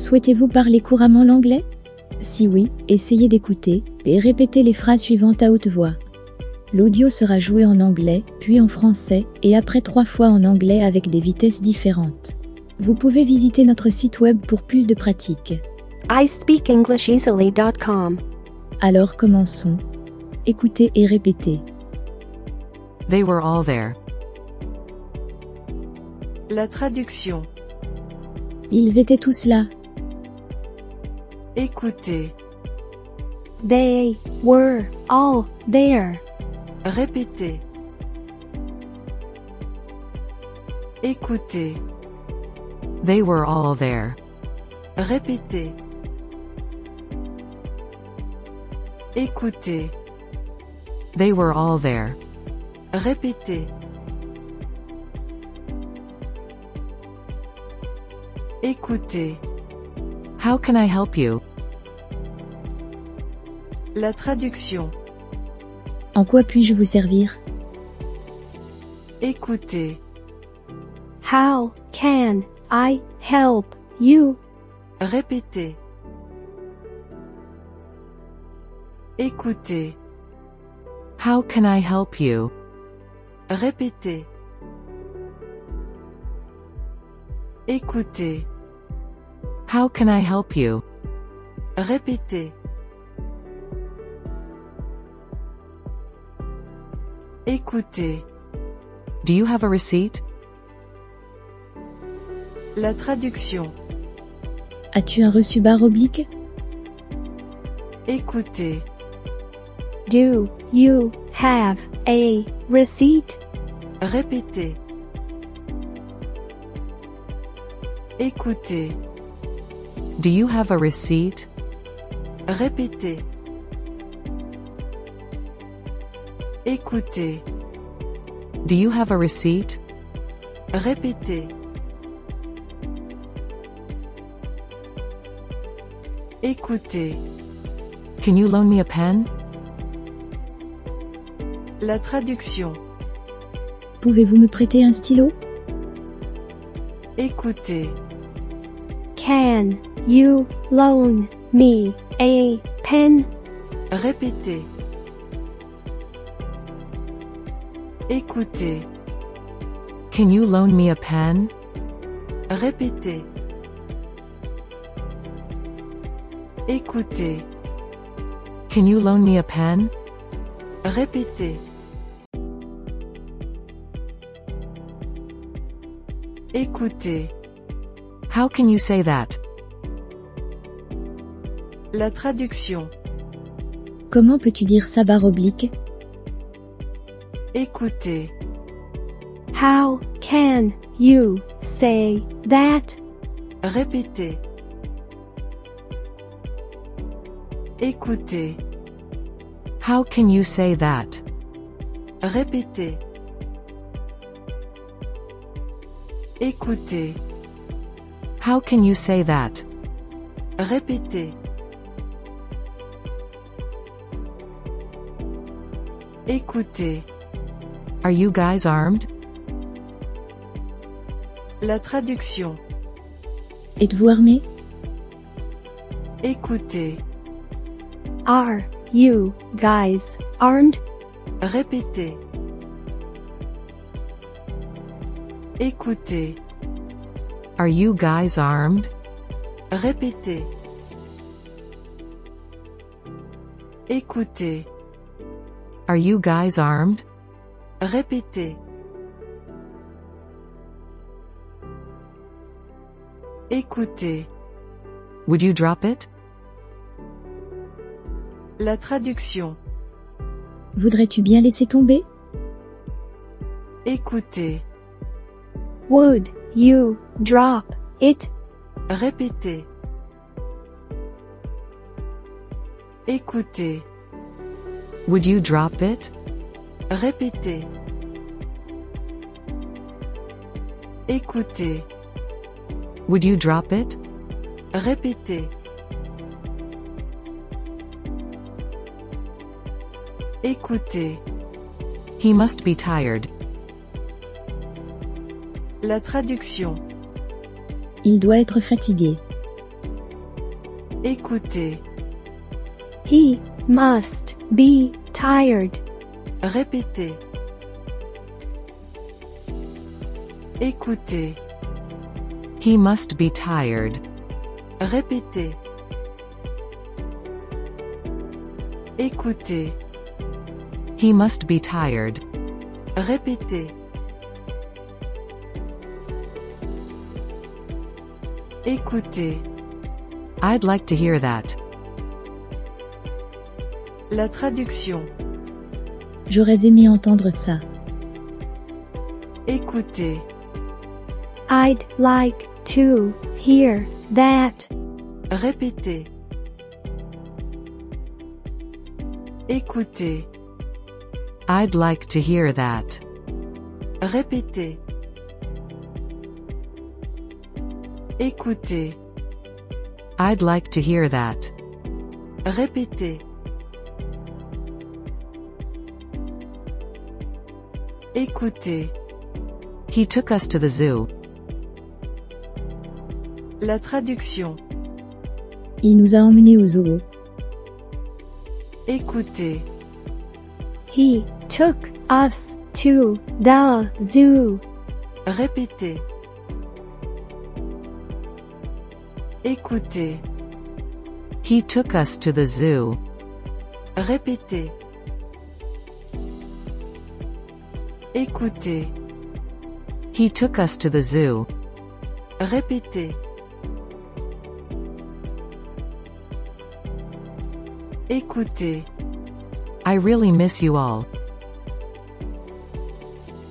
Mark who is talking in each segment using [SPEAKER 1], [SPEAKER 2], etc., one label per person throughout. [SPEAKER 1] Souhaitez-vous parler couramment l'anglais Si oui, essayez d'écouter et répétez les phrases suivantes à haute voix. L'audio sera joué en anglais, puis en français, et après trois fois en anglais avec des vitesses différentes. Vous pouvez visiter notre site web pour plus de pratiques.
[SPEAKER 2] I speak English easily.com.
[SPEAKER 1] Alors commençons. Écoutez et répétez.
[SPEAKER 3] They were all there.
[SPEAKER 4] La traduction.
[SPEAKER 1] Ils étaient tous là.
[SPEAKER 4] Écoutez.
[SPEAKER 2] They were all there.
[SPEAKER 4] Répétez. Écoutez.
[SPEAKER 3] They were all there.
[SPEAKER 4] Répétez. Écoutez.
[SPEAKER 3] They were all there.
[SPEAKER 4] Répétez. Écoutez.
[SPEAKER 3] How can I help you?
[SPEAKER 4] La traduction.
[SPEAKER 1] En quoi puis-je vous servir
[SPEAKER 4] Écoutez.
[SPEAKER 2] How can I help you?
[SPEAKER 4] Répétez. Écoutez.
[SPEAKER 3] How can I help you?
[SPEAKER 4] Répétez. Écoutez.
[SPEAKER 3] How can I help you?
[SPEAKER 4] Répétez. Écoutez.
[SPEAKER 3] Do you have a receipt?
[SPEAKER 4] La traduction.
[SPEAKER 1] As-tu un reçu barre oblique
[SPEAKER 4] Écoutez.
[SPEAKER 2] Do you have a receipt?
[SPEAKER 4] Répétez. Écoutez.
[SPEAKER 3] Do you have a receipt?
[SPEAKER 4] Répétez. Écoutez.
[SPEAKER 3] Do you have a receipt?
[SPEAKER 4] Répétez. Écoutez.
[SPEAKER 3] Can you loan me a pen?
[SPEAKER 4] La traduction.
[SPEAKER 1] Pouvez-vous me prêter un stylo
[SPEAKER 4] Écoutez.
[SPEAKER 2] Can you loan me a pen?
[SPEAKER 4] Répétez. Écoutez.
[SPEAKER 3] Can you loan me a pen?
[SPEAKER 4] Répétez. Écoutez.
[SPEAKER 3] Can you loan me a pen?
[SPEAKER 4] Répétez. Écoutez.
[SPEAKER 3] How can you say that?
[SPEAKER 4] La traduction.
[SPEAKER 1] Comment peux-tu dire ça barre oblique
[SPEAKER 4] Écoutez.
[SPEAKER 2] How can you say that?
[SPEAKER 4] Répétez. Écoutez.
[SPEAKER 3] How can you say that?
[SPEAKER 4] Répétez. Écoutez.
[SPEAKER 3] How can you say that?
[SPEAKER 4] Répétez. Écoutez.
[SPEAKER 3] Are you guys armed?
[SPEAKER 4] La traduction.
[SPEAKER 1] Êtes-vous armé
[SPEAKER 4] Écoutez.
[SPEAKER 2] Are you guys armed?
[SPEAKER 4] Répétez. Écoutez.
[SPEAKER 3] Are you guys armed?
[SPEAKER 4] Répétez. Écoutez.
[SPEAKER 3] Are you guys armed?
[SPEAKER 4] Répétez. Écoutez.
[SPEAKER 3] Would you drop it?
[SPEAKER 4] La traduction.
[SPEAKER 1] Voudrais-tu bien laisser tomber
[SPEAKER 4] Écoutez.
[SPEAKER 2] Would you drop it?
[SPEAKER 4] Répétez. Écoutez.
[SPEAKER 3] Would you drop it?
[SPEAKER 4] Répétez. Écoutez.
[SPEAKER 3] Would you drop it?
[SPEAKER 4] Répétez. Écoutez.
[SPEAKER 3] He must be tired.
[SPEAKER 4] La traduction.
[SPEAKER 1] Il doit être fatigué.
[SPEAKER 4] écoutez,
[SPEAKER 2] He must be tired.
[SPEAKER 4] répétez, écoutez,
[SPEAKER 3] He must be tired.
[SPEAKER 4] répétez, écoutez,
[SPEAKER 3] He must be tired.
[SPEAKER 4] répétez, écoutez.
[SPEAKER 3] I'd like to hear that.
[SPEAKER 4] La traduction.
[SPEAKER 1] J'aurais aimé entendre ça.
[SPEAKER 4] Écoutez.
[SPEAKER 2] I'd like to hear that.
[SPEAKER 4] Répétez. Écoutez.
[SPEAKER 3] I'd like to hear that.
[SPEAKER 4] Répétez. Écoutez.
[SPEAKER 3] I'd like to hear that.
[SPEAKER 4] Répétez. Écoutez.
[SPEAKER 3] He took us to the zoo.
[SPEAKER 4] La traduction.
[SPEAKER 1] Il nous a emmenés au zoo.
[SPEAKER 4] Écoutez.
[SPEAKER 2] He took us to the zoo.
[SPEAKER 4] Répétez. Écoutez.
[SPEAKER 3] He took us to the zoo.
[SPEAKER 4] Répétez. Écoutez.
[SPEAKER 3] He took us to the zoo.
[SPEAKER 4] Répétez. Écoutez.
[SPEAKER 3] I really miss you all.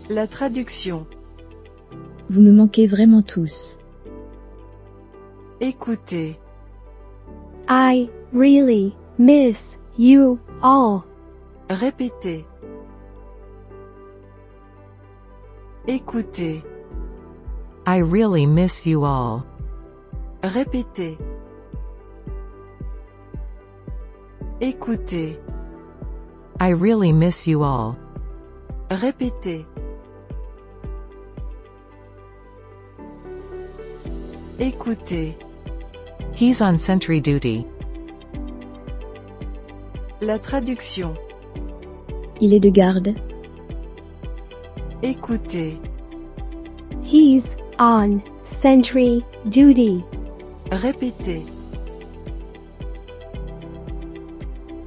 [SPEAKER 4] La traduction.
[SPEAKER 1] Vous me manquez vraiment tous.
[SPEAKER 4] Écoutez.
[SPEAKER 2] I really miss you all.
[SPEAKER 4] Répétez. Écoutez.
[SPEAKER 3] I really miss you all.
[SPEAKER 4] Répétez. Écoutez.
[SPEAKER 3] I really miss you all.
[SPEAKER 4] Répétez. Écoutez.
[SPEAKER 3] He's on sentry duty.
[SPEAKER 4] La traduction.
[SPEAKER 1] Il est de garde.
[SPEAKER 4] Écoutez.
[SPEAKER 2] He's on sentry duty.
[SPEAKER 4] Répétez.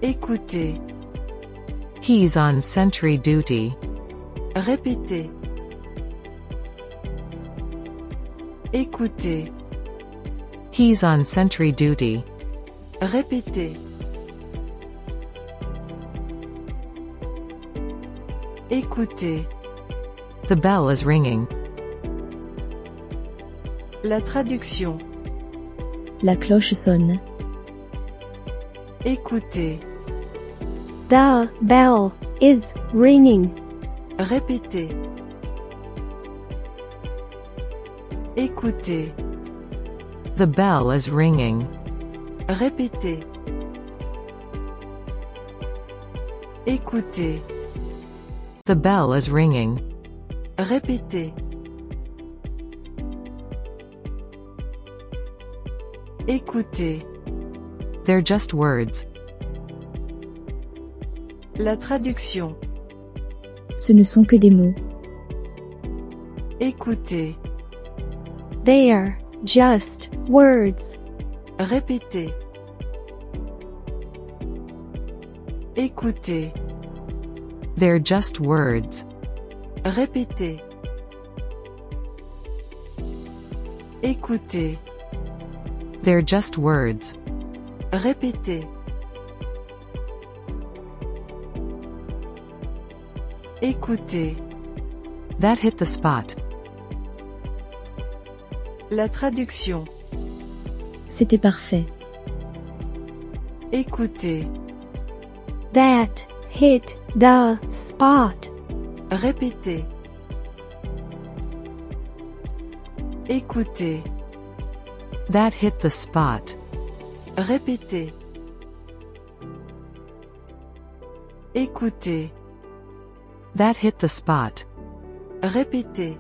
[SPEAKER 4] Écoutez.
[SPEAKER 3] He's on sentry duty.
[SPEAKER 4] Répétez. Écoutez.
[SPEAKER 3] He's on sentry duty.
[SPEAKER 4] Répétez. Écoutez.
[SPEAKER 3] The bell is ringing.
[SPEAKER 4] La traduction.
[SPEAKER 1] La cloche sonne.
[SPEAKER 4] Écoutez.
[SPEAKER 2] The bell is ringing.
[SPEAKER 4] Répétez. Écoutez.
[SPEAKER 3] The bell is ringing.
[SPEAKER 4] Répétez. Écoutez.
[SPEAKER 3] The bell is ringing.
[SPEAKER 4] Répétez. Écoutez.
[SPEAKER 3] They're just words.
[SPEAKER 4] La traduction.
[SPEAKER 1] Ce ne sont que des mots.
[SPEAKER 4] Écoutez.
[SPEAKER 2] They're just words.
[SPEAKER 4] Répétez. Écoutez.
[SPEAKER 3] They're just words.
[SPEAKER 4] Répétez. Écoutez.
[SPEAKER 3] They're just words.
[SPEAKER 4] Répétez. Écoutez.
[SPEAKER 3] That hit the spot.
[SPEAKER 4] La traduction.
[SPEAKER 1] C'était parfait.
[SPEAKER 4] Écoutez.
[SPEAKER 2] That hit the spot.
[SPEAKER 4] Répétez. Écoutez.
[SPEAKER 3] That hit the spot.
[SPEAKER 4] Répétez. Écoutez.
[SPEAKER 3] That hit the spot.
[SPEAKER 4] Répétez.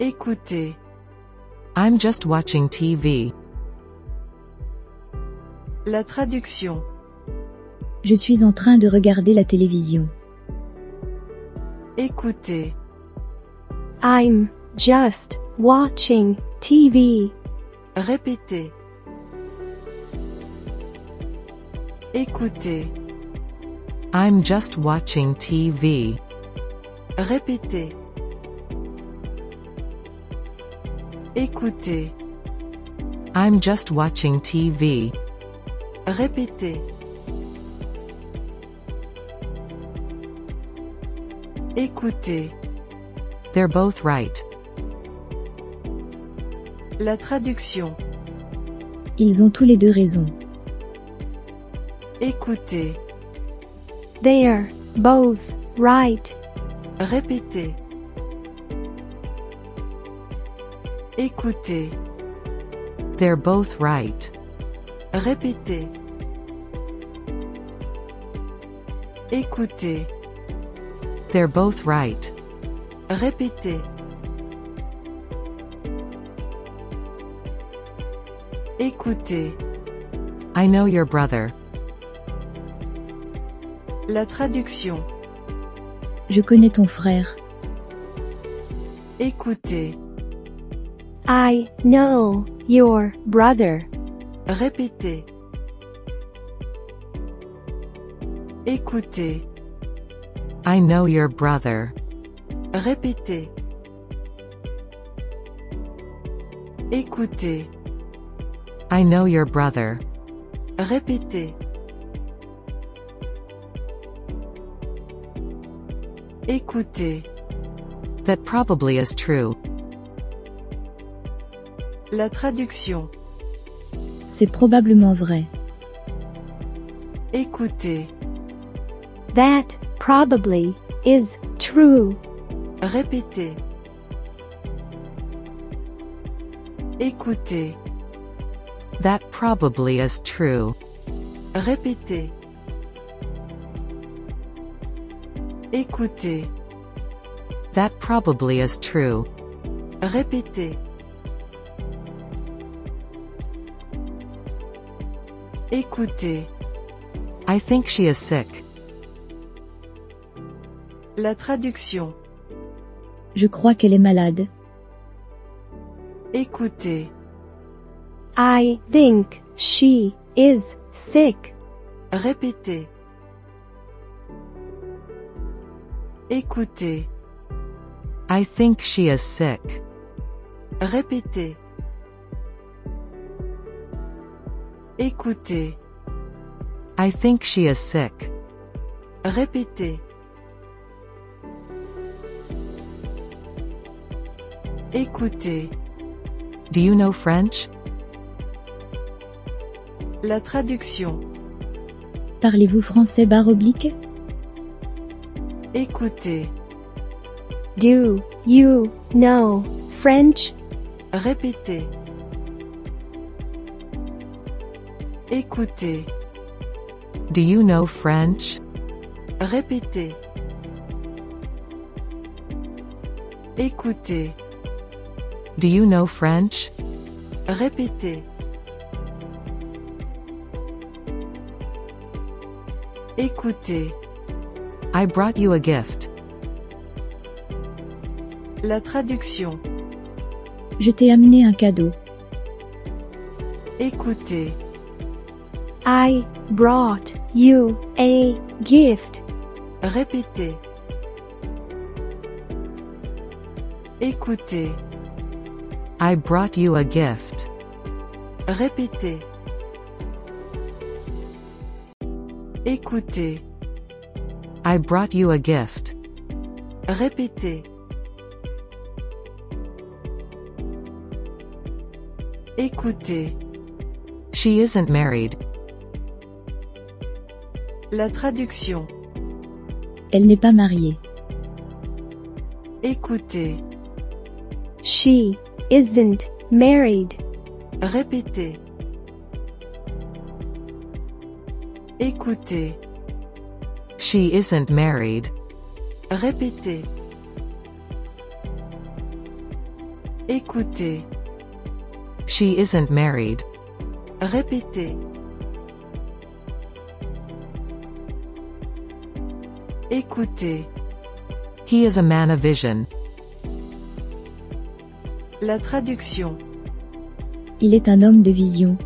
[SPEAKER 4] Écoutez.
[SPEAKER 3] I'm just watching TV.
[SPEAKER 4] La traduction.
[SPEAKER 1] Je suis en train de regarder la télévision.
[SPEAKER 4] Écoutez.
[SPEAKER 2] I'm just watching TV.
[SPEAKER 4] Répétez. Écoutez.
[SPEAKER 3] I'm just watching TV.
[SPEAKER 4] Répétez. Écoutez.
[SPEAKER 3] I'm just watching TV.
[SPEAKER 4] Répétez. Écoutez.
[SPEAKER 3] They're both right.
[SPEAKER 4] La traduction.
[SPEAKER 1] Ils ont tous les deux raison.
[SPEAKER 4] Écoutez.
[SPEAKER 2] They're both right.
[SPEAKER 4] Répétez. Écoutez.
[SPEAKER 3] They're both right.
[SPEAKER 4] Répétez. Écoutez.
[SPEAKER 3] They're both right.
[SPEAKER 4] Répétez. Écoutez.
[SPEAKER 3] I know your brother.
[SPEAKER 4] La traduction.
[SPEAKER 1] Je connais ton frère.
[SPEAKER 4] Écoutez.
[SPEAKER 2] I know your brother.
[SPEAKER 4] Répétez. Écoutez.
[SPEAKER 3] I know your brother.
[SPEAKER 4] Répétez. Écoutez.
[SPEAKER 3] I know your brother.
[SPEAKER 4] Répétez. Écoutez.
[SPEAKER 3] That probably is true.
[SPEAKER 4] La traduction.
[SPEAKER 1] C'est probablement vrai.
[SPEAKER 4] Écoutez.
[SPEAKER 2] That probably is true.
[SPEAKER 4] Répétez. Écoutez.
[SPEAKER 3] That probably is true.
[SPEAKER 4] Répétez. Écoutez.
[SPEAKER 3] That probably is true.
[SPEAKER 4] Répétez. Écoutez.
[SPEAKER 3] I think she is sick.
[SPEAKER 4] La traduction.
[SPEAKER 1] Je crois qu'elle est malade.
[SPEAKER 4] Écoutez.
[SPEAKER 2] I think she is sick.
[SPEAKER 4] Répétez. Écoutez.
[SPEAKER 3] I think she is sick.
[SPEAKER 4] Répétez. Écoutez.
[SPEAKER 3] I think she is sick.
[SPEAKER 4] Répétez. Écoutez.
[SPEAKER 3] Do you know French?
[SPEAKER 4] La traduction.
[SPEAKER 1] Parlez-vous français barre oblique
[SPEAKER 4] Écoutez.
[SPEAKER 2] Do you know French?
[SPEAKER 4] Répétez. Écoutez.
[SPEAKER 3] Do you know French?
[SPEAKER 4] Répétez. Écoutez.
[SPEAKER 3] Do you know French?
[SPEAKER 4] Répétez. Écoutez.
[SPEAKER 3] I brought you a gift.
[SPEAKER 4] La traduction.
[SPEAKER 1] Je t'ai amené un cadeau.
[SPEAKER 4] Écoutez.
[SPEAKER 2] I brought you a gift.
[SPEAKER 4] Répétez. Écoutez.
[SPEAKER 3] I brought you a gift.
[SPEAKER 4] Répétez. Écoutez.
[SPEAKER 3] I brought you a gift.
[SPEAKER 4] Répétez. Écoutez.
[SPEAKER 3] She isn't married.
[SPEAKER 4] La traduction.
[SPEAKER 1] Elle n'est pas mariée.
[SPEAKER 4] Écoutez.
[SPEAKER 2] She isn't married.
[SPEAKER 4] Répétez. Écoutez.
[SPEAKER 3] She isn't married.
[SPEAKER 4] Répétez. Écoutez.
[SPEAKER 3] She isn't married.
[SPEAKER 4] Répétez. Écoutez.
[SPEAKER 3] He is a man of vision.
[SPEAKER 4] La traduction.
[SPEAKER 1] Il est un homme de vision.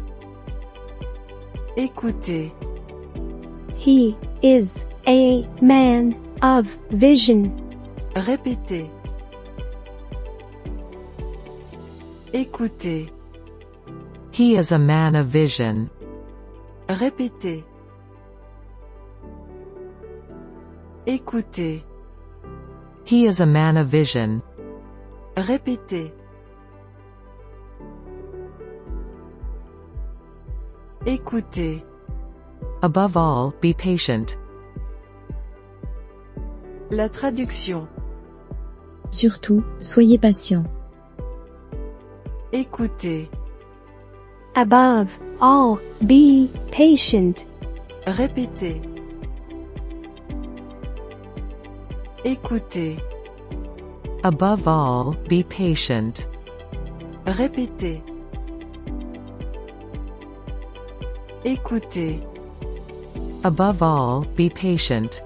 [SPEAKER 4] Écoutez.
[SPEAKER 2] He is a man of vision.
[SPEAKER 4] Répétez. Écoutez.
[SPEAKER 3] He is a man of vision.
[SPEAKER 4] Répétez. Écoutez.
[SPEAKER 3] He is a man of vision.
[SPEAKER 4] Répétez. Écoutez.
[SPEAKER 3] Above all, be patient.
[SPEAKER 4] La traduction.
[SPEAKER 1] Surtout, soyez patient.
[SPEAKER 4] Écoutez.
[SPEAKER 2] Above all, be patient.
[SPEAKER 4] Répétez. Écoutez.
[SPEAKER 3] Above all, be patient.
[SPEAKER 4] Répétez. Écoutez.
[SPEAKER 3] Above all, be patient.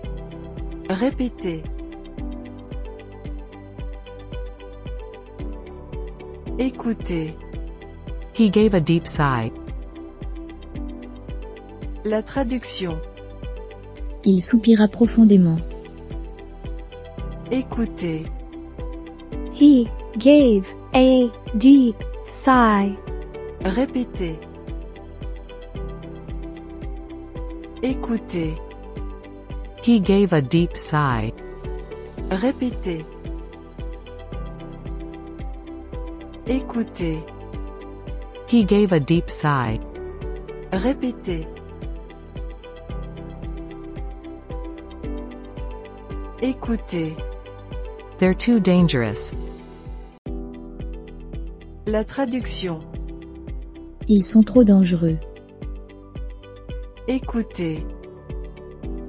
[SPEAKER 4] Répétez. Écoutez.
[SPEAKER 3] He gave a deep sigh.
[SPEAKER 4] La traduction.
[SPEAKER 1] Il soupira profondément.
[SPEAKER 4] Écoutez.
[SPEAKER 2] He gave a deep sigh.
[SPEAKER 4] Répétez. Écoutez.
[SPEAKER 3] He gave a deep sigh.
[SPEAKER 4] Répétez. Écoutez.
[SPEAKER 3] He gave a deep sigh.
[SPEAKER 4] Répétez. Écoutez.
[SPEAKER 3] They're too dangerous.
[SPEAKER 4] La traduction.
[SPEAKER 1] Ils sont trop dangereux.
[SPEAKER 4] Écoutez.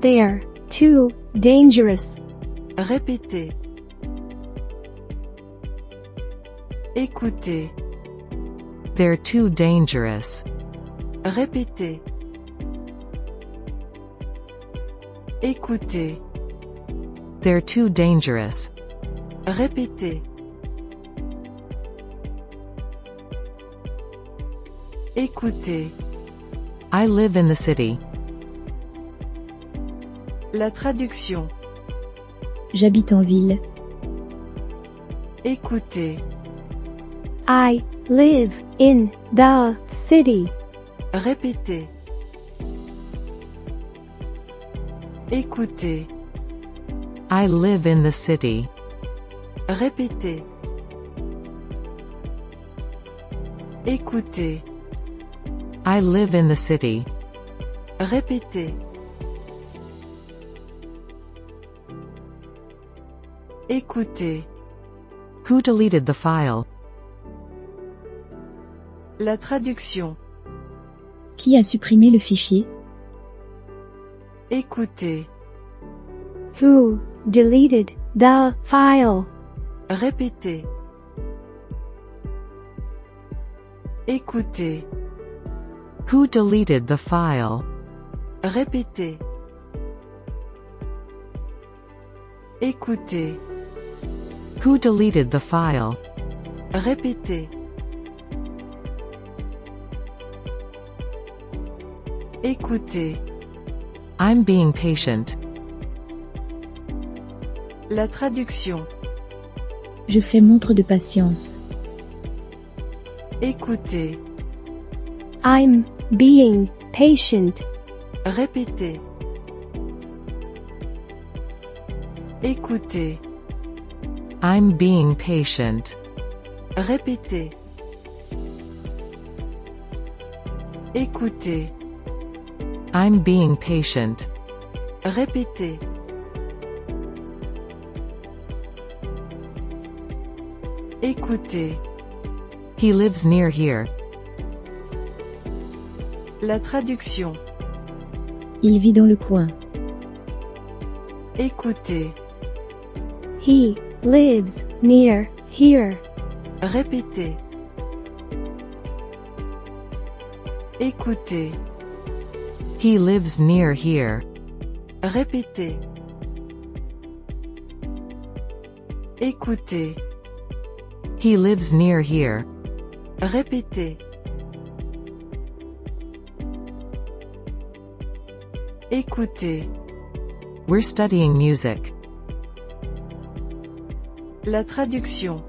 [SPEAKER 2] They're too dangerous.
[SPEAKER 4] Répétez. Écoutez.
[SPEAKER 3] They're too dangerous.
[SPEAKER 4] Répétez. Écoutez.
[SPEAKER 3] They're too dangerous.
[SPEAKER 4] Répétez. Écoutez.
[SPEAKER 3] I live in the city.
[SPEAKER 4] La traduction.
[SPEAKER 1] J'habite en ville.
[SPEAKER 4] Écoutez.
[SPEAKER 2] I live in the city.
[SPEAKER 4] Répétez. Écoutez.
[SPEAKER 3] I live in the city.
[SPEAKER 4] Répétez. Écoutez.
[SPEAKER 3] I live in the city.
[SPEAKER 4] Répétez. Écoutez.
[SPEAKER 3] Who deleted the file?
[SPEAKER 4] La traduction.
[SPEAKER 1] Qui a supprimé le fichier
[SPEAKER 4] Écoutez.
[SPEAKER 2] Who deleted the file?
[SPEAKER 4] Répétez. Écoutez.
[SPEAKER 3] Who deleted the file?
[SPEAKER 4] Répétez. Écoutez.
[SPEAKER 3] Who deleted the file?
[SPEAKER 4] Répétez. Écoutez.
[SPEAKER 3] I'm being patient.
[SPEAKER 4] La traduction.
[SPEAKER 1] Je fais montre de patience.
[SPEAKER 4] Écoutez.
[SPEAKER 2] I'm being patient.
[SPEAKER 4] Répétez. Écoutez.
[SPEAKER 3] I'm being patient.
[SPEAKER 4] Répétez. Écoutez.
[SPEAKER 3] I'm being patient.
[SPEAKER 4] Répétez. Écoutez.
[SPEAKER 3] He lives near here.
[SPEAKER 4] La traduction.
[SPEAKER 1] Il vit dans le coin.
[SPEAKER 4] Écoutez.
[SPEAKER 2] He lives near here.
[SPEAKER 4] Répétez. Écoutez.
[SPEAKER 3] He lives near here.
[SPEAKER 4] Répétez. Écoutez.
[SPEAKER 3] He lives near here.
[SPEAKER 4] Répétez. Écoutez.
[SPEAKER 3] We're studying music.
[SPEAKER 4] La traduction.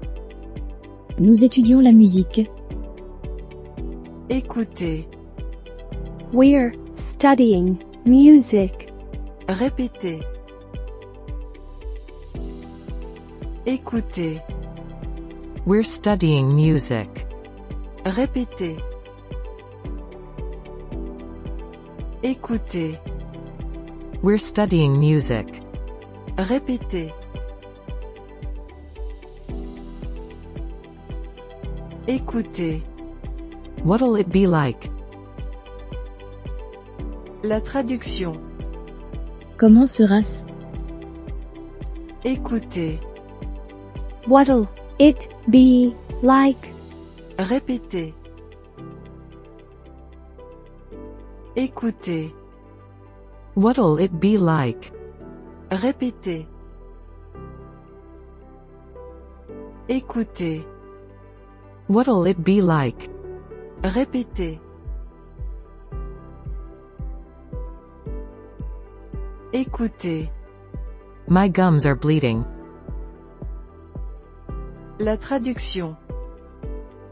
[SPEAKER 1] Nous étudions la musique.
[SPEAKER 4] Écoutez.
[SPEAKER 2] We're studying music.
[SPEAKER 4] Répétez. Écoutez.
[SPEAKER 3] We're studying music.
[SPEAKER 4] Répétez. Écoutez.
[SPEAKER 3] We're studying music.
[SPEAKER 4] Répétez. Écoutez.
[SPEAKER 3] What'll it be like?
[SPEAKER 4] La traduction.
[SPEAKER 1] Comment sera-ce
[SPEAKER 4] Écoutez.
[SPEAKER 2] What'll it be like?
[SPEAKER 4] Répétez. Écoutez.
[SPEAKER 3] What'll it be like?
[SPEAKER 4] Répétez. Écoutez.
[SPEAKER 3] What'll it be like?
[SPEAKER 4] Répétez. Écoutez.
[SPEAKER 3] My gums are bleeding.
[SPEAKER 4] La traduction.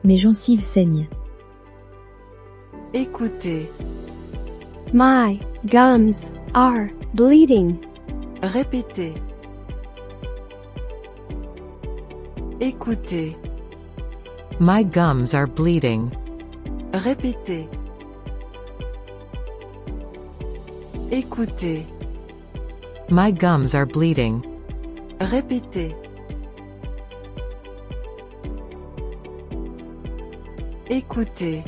[SPEAKER 1] Mes gencives saignent.
[SPEAKER 4] Écoutez.
[SPEAKER 2] My gums are bleeding.
[SPEAKER 4] Répétez. Écoutez.
[SPEAKER 3] My gums are bleeding.
[SPEAKER 4] Répétez. Écoutez.
[SPEAKER 3] My gums are bleeding.
[SPEAKER 4] Répétez. Écoutez.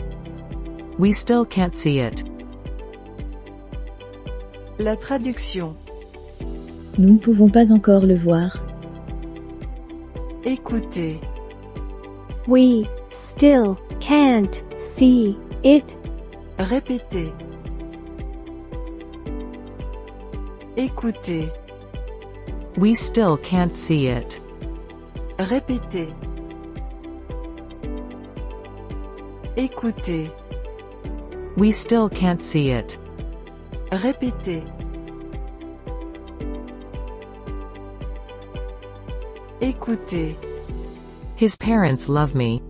[SPEAKER 3] We still can't see it.
[SPEAKER 4] La traduction.
[SPEAKER 1] Nous ne pouvons pas encore le voir.
[SPEAKER 4] Écoutez.
[SPEAKER 2] We still can't see it.
[SPEAKER 4] Répétez. Écoutez.
[SPEAKER 3] We still can't see it.
[SPEAKER 4] Répétez. Écoutez.
[SPEAKER 3] We still can't see it.
[SPEAKER 4] Répétez. Écoutez.
[SPEAKER 3] His parents love me.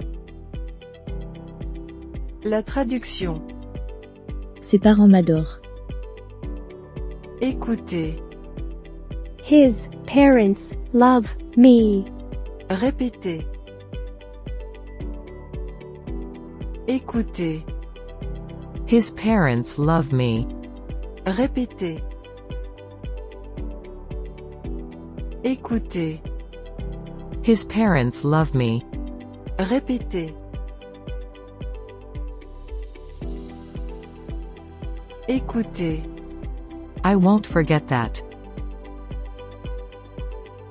[SPEAKER 4] La traduction.
[SPEAKER 1] Ses parents m'adorent.
[SPEAKER 4] Écoutez.
[SPEAKER 2] His parents love me.
[SPEAKER 4] Répétez. Écoutez.
[SPEAKER 3] His parents love me.
[SPEAKER 4] Répétez. Écoutez.
[SPEAKER 3] His parents love me.
[SPEAKER 4] Répétez. Écoutez.
[SPEAKER 3] I won't forget that.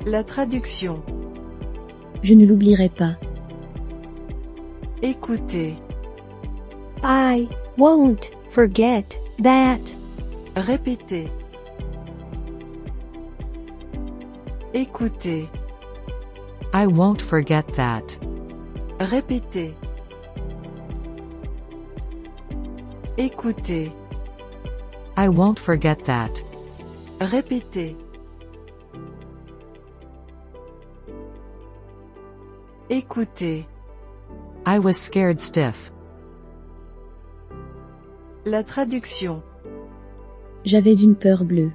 [SPEAKER 4] La traduction.
[SPEAKER 1] Je ne l'oublierai pas.
[SPEAKER 4] Écoutez.
[SPEAKER 2] I won't forget that.
[SPEAKER 4] Répétez. Écoutez.
[SPEAKER 3] I won't forget that.
[SPEAKER 4] Répétez. Écoutez.
[SPEAKER 3] I won't forget that.
[SPEAKER 4] Répétez. Écoutez.
[SPEAKER 3] I was scared stiff.
[SPEAKER 4] La traduction.
[SPEAKER 1] J'avais une peur bleue.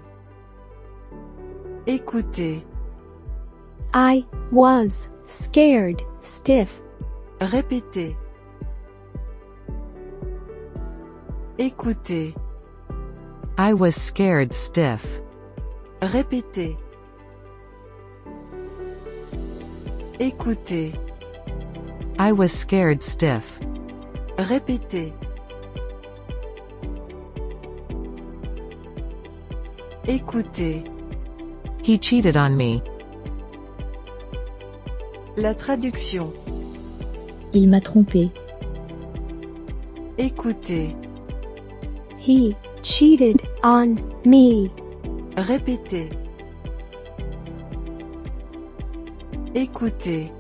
[SPEAKER 4] Écoutez.
[SPEAKER 2] I was scared stiff.
[SPEAKER 4] Répétez. Écoutez.
[SPEAKER 3] I was scared stiff.
[SPEAKER 4] Répétez. Écoutez.
[SPEAKER 3] I was scared stiff.
[SPEAKER 4] Répétez. Écoutez.
[SPEAKER 3] He cheated on me.
[SPEAKER 4] La traduction.
[SPEAKER 1] Il m'a trompé.
[SPEAKER 4] Écoutez.
[SPEAKER 2] He cheated on me.
[SPEAKER 4] répétez. Écoutez,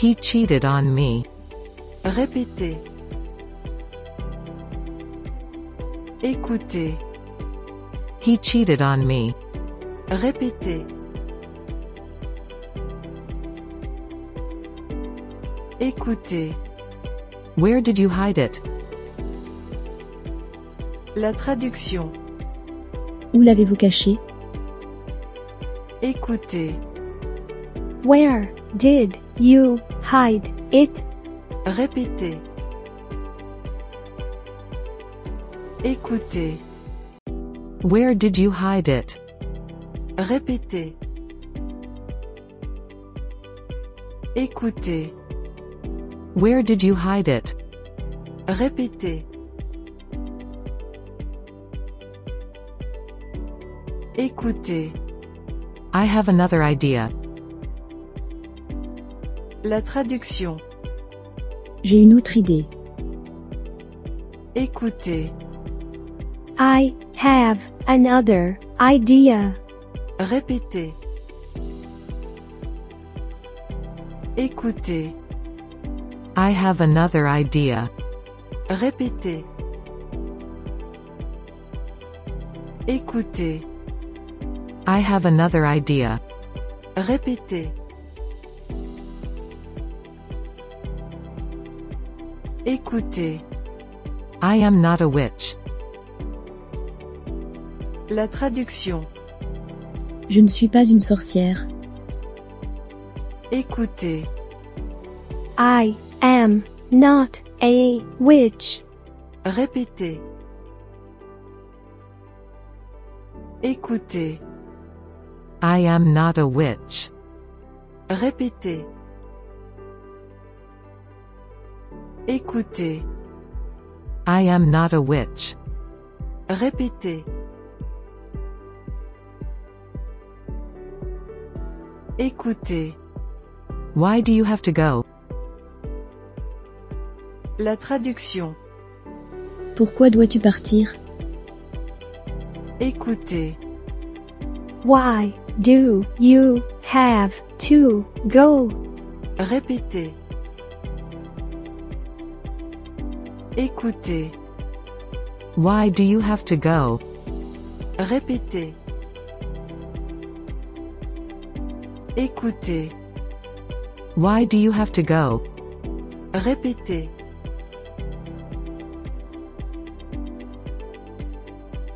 [SPEAKER 3] He cheated on me.
[SPEAKER 4] répétez. Écoutez,
[SPEAKER 3] He cheated on me.
[SPEAKER 4] répétez. Écoutez.
[SPEAKER 3] Where did you hide it?
[SPEAKER 4] La traduction.
[SPEAKER 1] Où l'avez-vous caché
[SPEAKER 4] Écoutez,
[SPEAKER 2] Where did you hide it?
[SPEAKER 4] répétez. Écoutez,
[SPEAKER 3] Where did you hide it?
[SPEAKER 4] répétez. Écoutez,
[SPEAKER 3] Where did you hide it?
[SPEAKER 4] répétez. Écoutez,
[SPEAKER 3] I have another idea.
[SPEAKER 4] la traduction.
[SPEAKER 1] J'ai une autre idée.
[SPEAKER 4] Écoutez,
[SPEAKER 2] I have another idea.
[SPEAKER 4] répétez. Écoutez,
[SPEAKER 3] I have another idea.
[SPEAKER 4] répétez. Écoutez.
[SPEAKER 3] I have another idea.
[SPEAKER 4] Répétez. Écoutez.
[SPEAKER 3] I am not a witch.
[SPEAKER 4] La traduction.
[SPEAKER 1] Je ne suis pas une sorcière.
[SPEAKER 4] Écoutez.
[SPEAKER 2] I am not a witch.
[SPEAKER 4] Répétez. Écoutez.
[SPEAKER 3] I am not a witch.
[SPEAKER 4] Répétez. Écoutez.
[SPEAKER 3] I am not a witch.
[SPEAKER 4] Répétez. Écoutez.
[SPEAKER 3] Why do you have to go?
[SPEAKER 4] La traduction.
[SPEAKER 1] Pourquoi dois-tu partir
[SPEAKER 4] Écoutez.
[SPEAKER 2] Why do you have to go?
[SPEAKER 4] Répétez. Écoutez.
[SPEAKER 3] Why do you have to go?
[SPEAKER 4] Répétez. Écoutez.
[SPEAKER 3] Why do you have to go?
[SPEAKER 4] Répétez.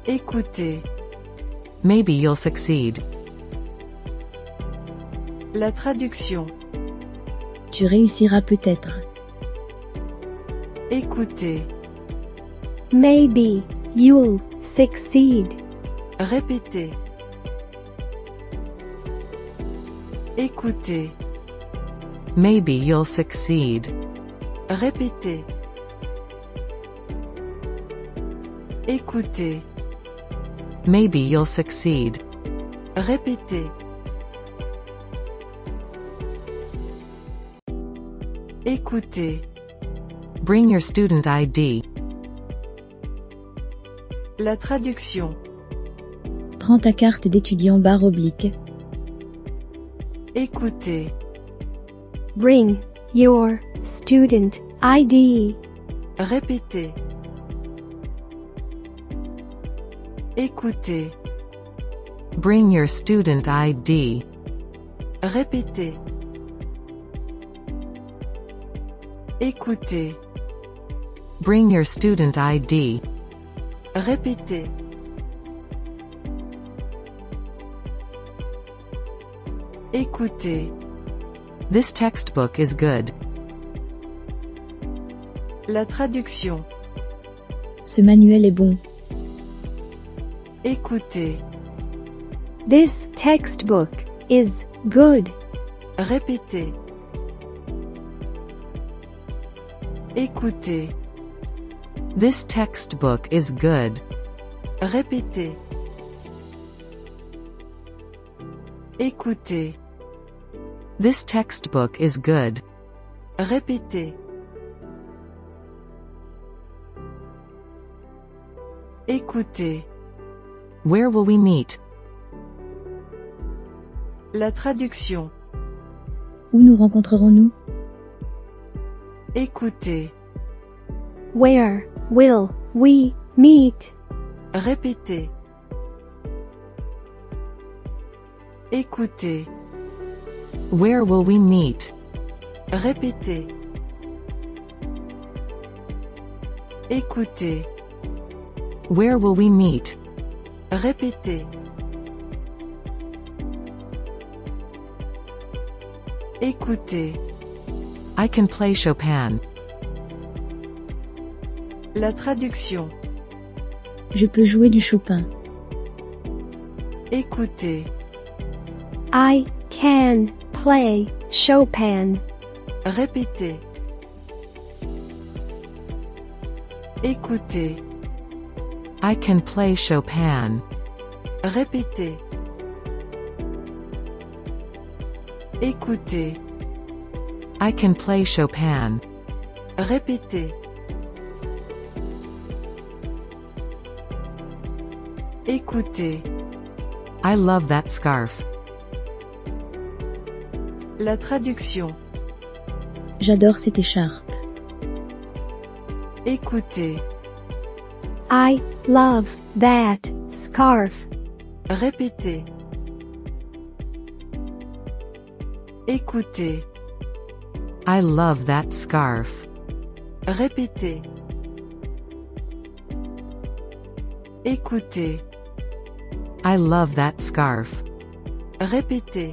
[SPEAKER 4] Écoutez.
[SPEAKER 3] Maybe you'll succeed.
[SPEAKER 4] La traduction.
[SPEAKER 1] Tu réussiras peut-être.
[SPEAKER 4] Écoutez.
[SPEAKER 2] Maybe you'll succeed.
[SPEAKER 4] Répétez. Écoutez.
[SPEAKER 3] Maybe you'll succeed.
[SPEAKER 4] Répétez. Écoutez.
[SPEAKER 3] Maybe you'll succeed.
[SPEAKER 4] Répétez. Écoutez.
[SPEAKER 3] Bring your student ID.
[SPEAKER 4] La traduction.
[SPEAKER 1] Prends ta carte d'étudiant barre oblique.
[SPEAKER 4] Écoutez.
[SPEAKER 2] Bring your student ID.
[SPEAKER 4] Répétez. Écoutez.
[SPEAKER 3] Bring your student ID.
[SPEAKER 4] Répétez. Écoutez.
[SPEAKER 3] Bring your student ID.
[SPEAKER 4] Répétez. Écoutez.
[SPEAKER 3] This textbook is good.
[SPEAKER 4] La traduction.
[SPEAKER 1] Ce manuel est bon.
[SPEAKER 4] Écoutez.
[SPEAKER 2] This textbook is good.
[SPEAKER 4] Répétez. Écoutez.
[SPEAKER 3] This textbook is good.
[SPEAKER 4] Répétez. Écoutez.
[SPEAKER 3] This textbook is good.
[SPEAKER 4] Répétez. Écoutez.
[SPEAKER 3] Where will we meet?
[SPEAKER 4] La traduction.
[SPEAKER 1] Où nous rencontrerons-nous
[SPEAKER 4] Écoutez.
[SPEAKER 2] Where will we meet?
[SPEAKER 4] Répétez. Écoutez.
[SPEAKER 3] Where will we meet?
[SPEAKER 4] Répétez. Écoutez.
[SPEAKER 3] Where will we meet?
[SPEAKER 4] Répétez. Écoutez.
[SPEAKER 3] I can play Chopin.
[SPEAKER 4] La traduction.
[SPEAKER 1] Je peux jouer du Chopin.
[SPEAKER 4] Écoutez.
[SPEAKER 2] I can play Chopin.
[SPEAKER 4] Répétez. Écoutez.
[SPEAKER 3] I can play Chopin.
[SPEAKER 4] Répétez. Écoutez.
[SPEAKER 3] I can play Chopin.
[SPEAKER 4] Répétez. Écoutez.
[SPEAKER 3] I love that scarf.
[SPEAKER 4] La traduction.
[SPEAKER 1] J'adore cette écharpe.
[SPEAKER 4] Écoutez.
[SPEAKER 2] I love that scarf.
[SPEAKER 4] Répétez. Écoutez.
[SPEAKER 3] I love that scarf.
[SPEAKER 4] Répétez. Écoutez.
[SPEAKER 3] I love that scarf.
[SPEAKER 4] Répétez.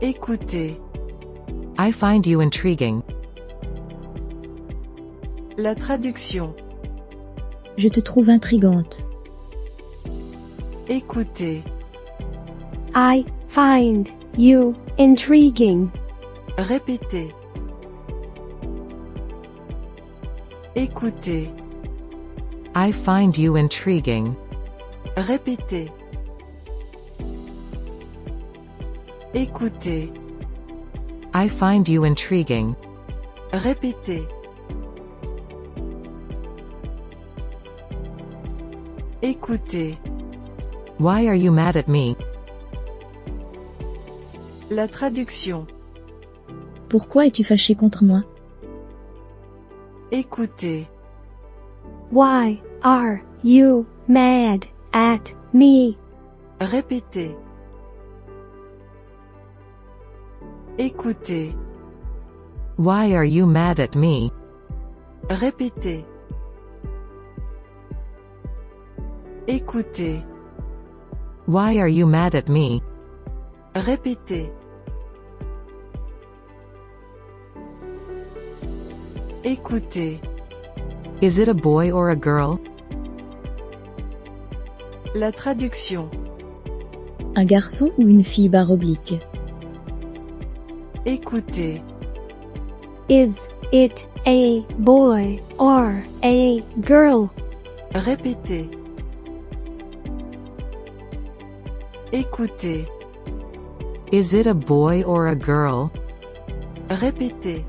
[SPEAKER 4] Écoutez.
[SPEAKER 3] I find you intriguing.
[SPEAKER 4] La traduction.
[SPEAKER 1] Je te trouve intrigante.
[SPEAKER 4] Écoutez.
[SPEAKER 2] I find you intriguing.
[SPEAKER 4] Répétez. Écoutez.
[SPEAKER 3] I find you intriguing.
[SPEAKER 4] Répétez. Écoutez.
[SPEAKER 3] I find you intriguing.
[SPEAKER 4] Répétez. Écoutez.
[SPEAKER 3] Why are you mad at me?
[SPEAKER 4] La traduction.
[SPEAKER 1] Pourquoi es-tu fâché contre moi
[SPEAKER 4] Écoutez.
[SPEAKER 2] Why are you mad at me?
[SPEAKER 4] Répétez. Écoutez.
[SPEAKER 3] Why are you mad at me?
[SPEAKER 4] Répétez. Écoutez.
[SPEAKER 3] Why are you mad at me?
[SPEAKER 4] Répétez. Écoutez.
[SPEAKER 3] Is it a boy or a girl?
[SPEAKER 4] La traduction.
[SPEAKER 1] Un garçon ou une fille barre oblique
[SPEAKER 4] Écoutez.
[SPEAKER 2] Is it a boy or a girl?
[SPEAKER 4] Répétez. Écoutez.
[SPEAKER 3] Is it a boy or a girl?
[SPEAKER 4] Répétez.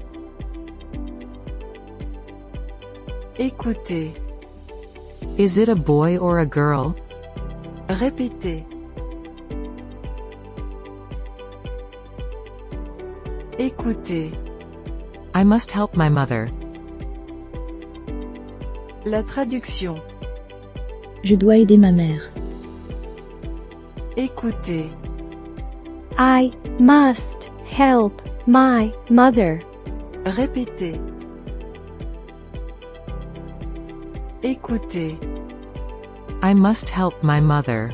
[SPEAKER 4] Écoutez.
[SPEAKER 3] Is it a boy or a girl?
[SPEAKER 4] Répétez. Écoutez.
[SPEAKER 3] I must help my mother.
[SPEAKER 4] La traduction.
[SPEAKER 1] Je dois aider ma mère.
[SPEAKER 4] Écoutez.
[SPEAKER 2] I must help my mother.
[SPEAKER 4] Répétez. Écoutez.
[SPEAKER 3] I must help my mother.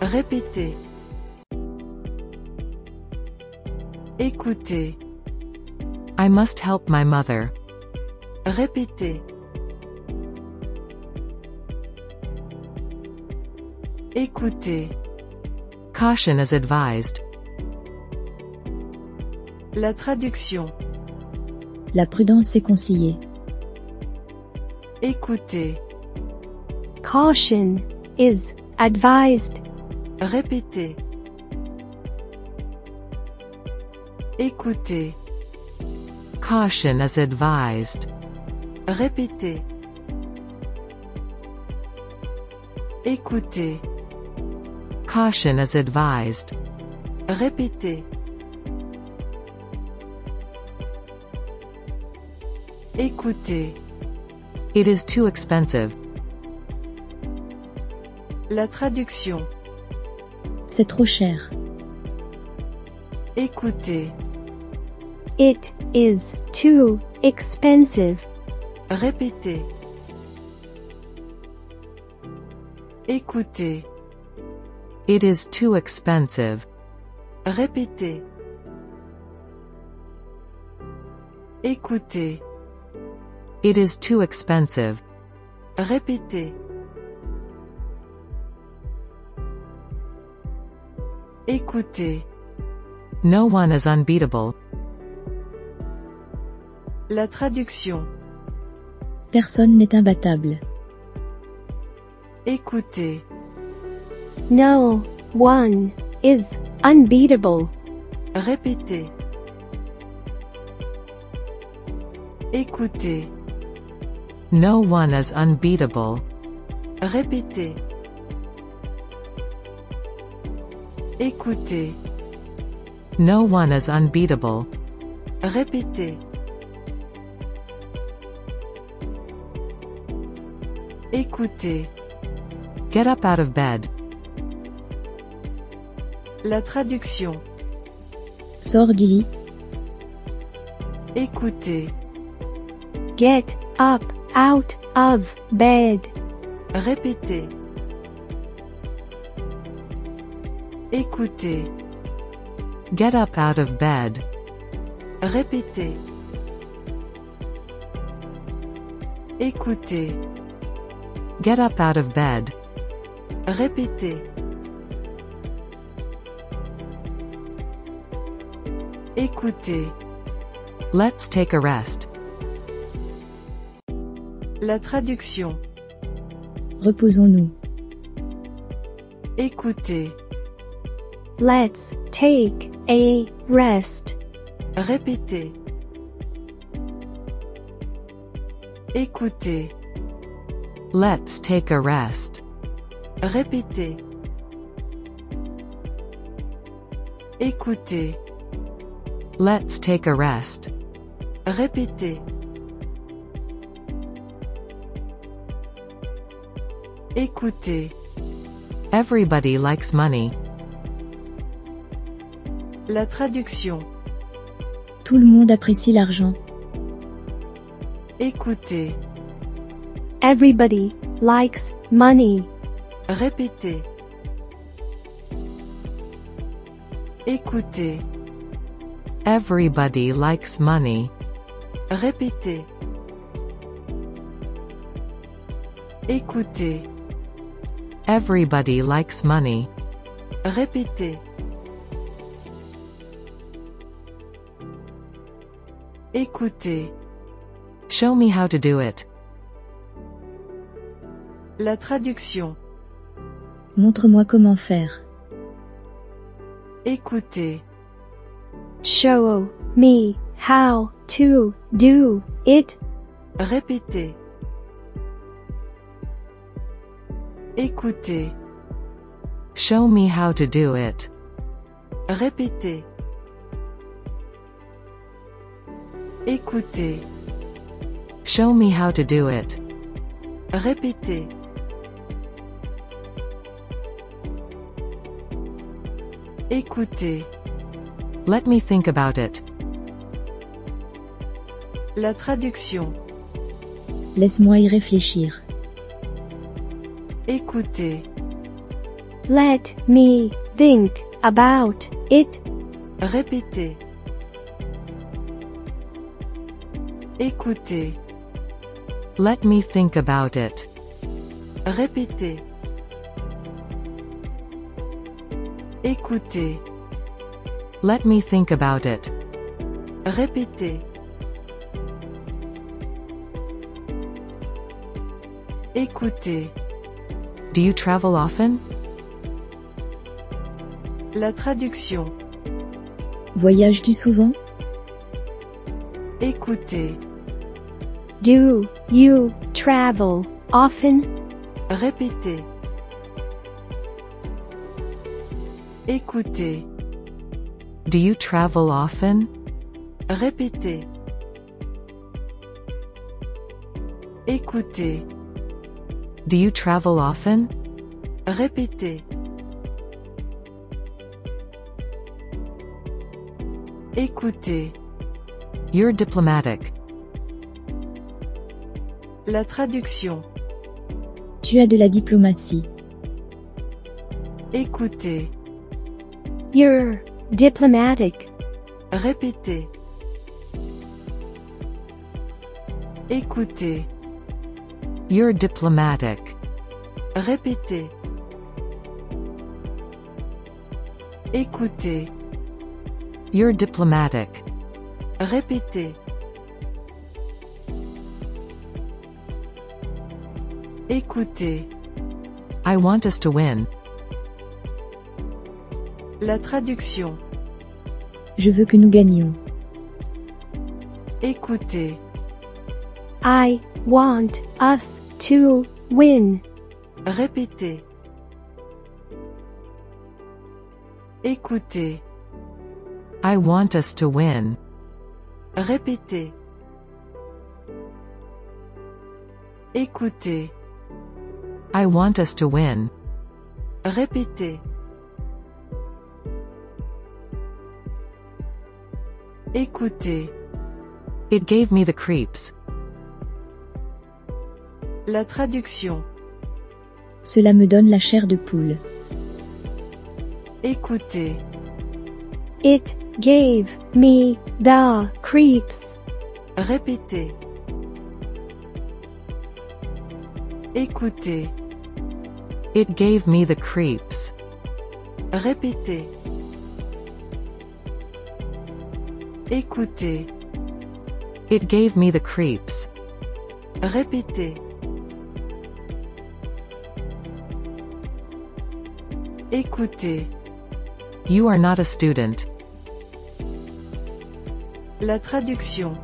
[SPEAKER 4] Répétez. Écoutez.
[SPEAKER 3] I must help my mother.
[SPEAKER 4] Répétez. Écoutez.
[SPEAKER 3] Caution is advised.
[SPEAKER 4] La traduction.
[SPEAKER 1] La prudence est conseillée.
[SPEAKER 4] Écoutez.
[SPEAKER 2] Caution is advised.
[SPEAKER 4] Répétez. Écoutez.
[SPEAKER 3] Caution is advised.
[SPEAKER 4] Répétez. Écoutez.
[SPEAKER 3] Caution is advised.
[SPEAKER 4] Répétez. Écoutez.
[SPEAKER 3] It is too expensive.
[SPEAKER 4] La traduction.
[SPEAKER 1] C'est trop cher.
[SPEAKER 4] Écoutez.
[SPEAKER 2] It is too expensive.
[SPEAKER 4] Répétez. Écoutez.
[SPEAKER 3] It is too expensive.
[SPEAKER 4] Répétez. Écoutez.
[SPEAKER 3] It is too expensive.
[SPEAKER 4] Répétez. Écoutez.
[SPEAKER 3] No one is unbeatable.
[SPEAKER 4] La traduction.
[SPEAKER 1] Personne n'est imbattable.
[SPEAKER 4] Écoutez.
[SPEAKER 2] No one is unbeatable.
[SPEAKER 4] Répétez. Écoutez.
[SPEAKER 3] No one is unbeatable.
[SPEAKER 4] Répétez. Écoutez.
[SPEAKER 3] No one is unbeatable.
[SPEAKER 4] Répétez. Écoutez.
[SPEAKER 3] Get up out of bed.
[SPEAKER 4] La traduction.
[SPEAKER 1] Sors du lit,
[SPEAKER 4] Écoutez.
[SPEAKER 2] Get up out of bed.
[SPEAKER 4] Répétez. Écoutez.
[SPEAKER 3] Get up out of bed.
[SPEAKER 4] Répétez. Écoutez.
[SPEAKER 3] Get up out of bed.
[SPEAKER 4] Répétez. Écoutez.
[SPEAKER 3] Let's take a rest.
[SPEAKER 4] La traduction.
[SPEAKER 1] reposons-nous.
[SPEAKER 4] Écoutez.
[SPEAKER 2] Let's take a rest.
[SPEAKER 4] Répétez. Écoutez.
[SPEAKER 3] Let's take a rest.
[SPEAKER 4] Répétez. Écoutez.
[SPEAKER 3] Let's take a rest.
[SPEAKER 4] Répétez. Écoutez.
[SPEAKER 3] Everybody likes money.
[SPEAKER 4] La traduction.
[SPEAKER 1] Tout le monde apprécie l'argent.
[SPEAKER 4] Écoutez.
[SPEAKER 2] Everybody likes money.
[SPEAKER 4] Répétez. Écoutez.
[SPEAKER 3] Everybody likes money.
[SPEAKER 4] Répétez. Écoutez.
[SPEAKER 3] Everybody likes money.
[SPEAKER 4] Répétez. Écoutez.
[SPEAKER 3] Show me how to do it.
[SPEAKER 4] La traduction.
[SPEAKER 1] Montre-moi comment faire.
[SPEAKER 4] Écoutez.
[SPEAKER 2] Show me how to do it.
[SPEAKER 4] Répétez. Écoutez.
[SPEAKER 3] Show me how to do it.
[SPEAKER 4] Répétez. Écoutez.
[SPEAKER 3] Show me how to do it.
[SPEAKER 4] Répétez. Écoutez.
[SPEAKER 3] Let me think about it.
[SPEAKER 4] La traduction.
[SPEAKER 1] Laisse-moi y réfléchir.
[SPEAKER 4] Écoutez.
[SPEAKER 2] Let me think about it.
[SPEAKER 4] Répétez. Écoutez.
[SPEAKER 3] Let me think about it.
[SPEAKER 4] Répétez. Écoutez.
[SPEAKER 3] Let me think about it.
[SPEAKER 4] Répétez. Écoutez.
[SPEAKER 3] Do you travel often?
[SPEAKER 4] La traduction.
[SPEAKER 1] Voyages-tu souvent
[SPEAKER 4] Écoutez.
[SPEAKER 2] Do you travel often?
[SPEAKER 4] Répétez. Écoutez.
[SPEAKER 3] Do you travel often?
[SPEAKER 4] Répétez. Écoutez.
[SPEAKER 3] Do you travel often?
[SPEAKER 4] Répétez. Écoutez.
[SPEAKER 3] You're diplomatic.
[SPEAKER 4] La traduction.
[SPEAKER 1] Tu as de la diplomatie.
[SPEAKER 4] Écoutez.
[SPEAKER 2] You're diplomatic.
[SPEAKER 4] Répétez. Écoutez.
[SPEAKER 3] You're diplomatic.
[SPEAKER 4] Répétez. Écoutez.
[SPEAKER 3] You're diplomatic.
[SPEAKER 4] Répétez. Écoutez.
[SPEAKER 3] I want us to win.
[SPEAKER 4] La traduction.
[SPEAKER 1] Je veux que nous gagnions.
[SPEAKER 4] Écoutez.
[SPEAKER 2] I want us to win.
[SPEAKER 4] Répétez. Écoutez.
[SPEAKER 3] I want us to win.
[SPEAKER 4] Répétez. Écoutez.
[SPEAKER 3] I want us to win.
[SPEAKER 4] Répétez. Écoutez.
[SPEAKER 3] It gave me the creeps.
[SPEAKER 4] La traduction.
[SPEAKER 1] Cela me donne la chair de poule.
[SPEAKER 4] Écoutez.
[SPEAKER 2] It gave me the creeps.
[SPEAKER 4] Répétez. Écoutez.
[SPEAKER 3] It gave me the creeps.
[SPEAKER 4] Répétez. Écoutez.
[SPEAKER 3] It gave me the creeps.
[SPEAKER 4] Répétez. Écoutez.
[SPEAKER 3] You are not a student.
[SPEAKER 4] La traduction.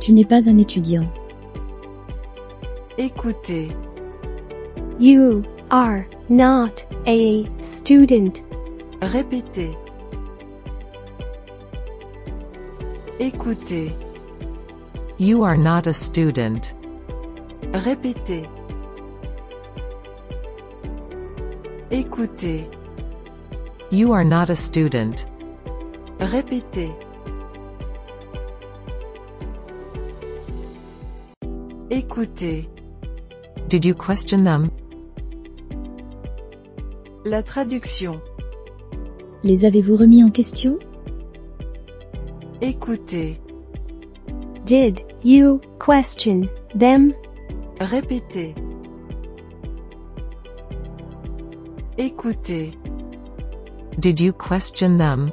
[SPEAKER 1] Tu n'es pas un étudiant.
[SPEAKER 4] Écoutez.
[SPEAKER 2] You are not a student.
[SPEAKER 4] Répétez. Écoutez.
[SPEAKER 3] You are not a student.
[SPEAKER 4] Répétez. Écoutez.
[SPEAKER 3] You are not a student.
[SPEAKER 4] Répétez. Écoutez.
[SPEAKER 3] Did you question them?
[SPEAKER 4] La traduction.
[SPEAKER 1] Les avez-vous remis en question
[SPEAKER 4] Écoutez.
[SPEAKER 2] Did you question them?
[SPEAKER 4] Répétez. Écoutez.
[SPEAKER 3] Did you question them?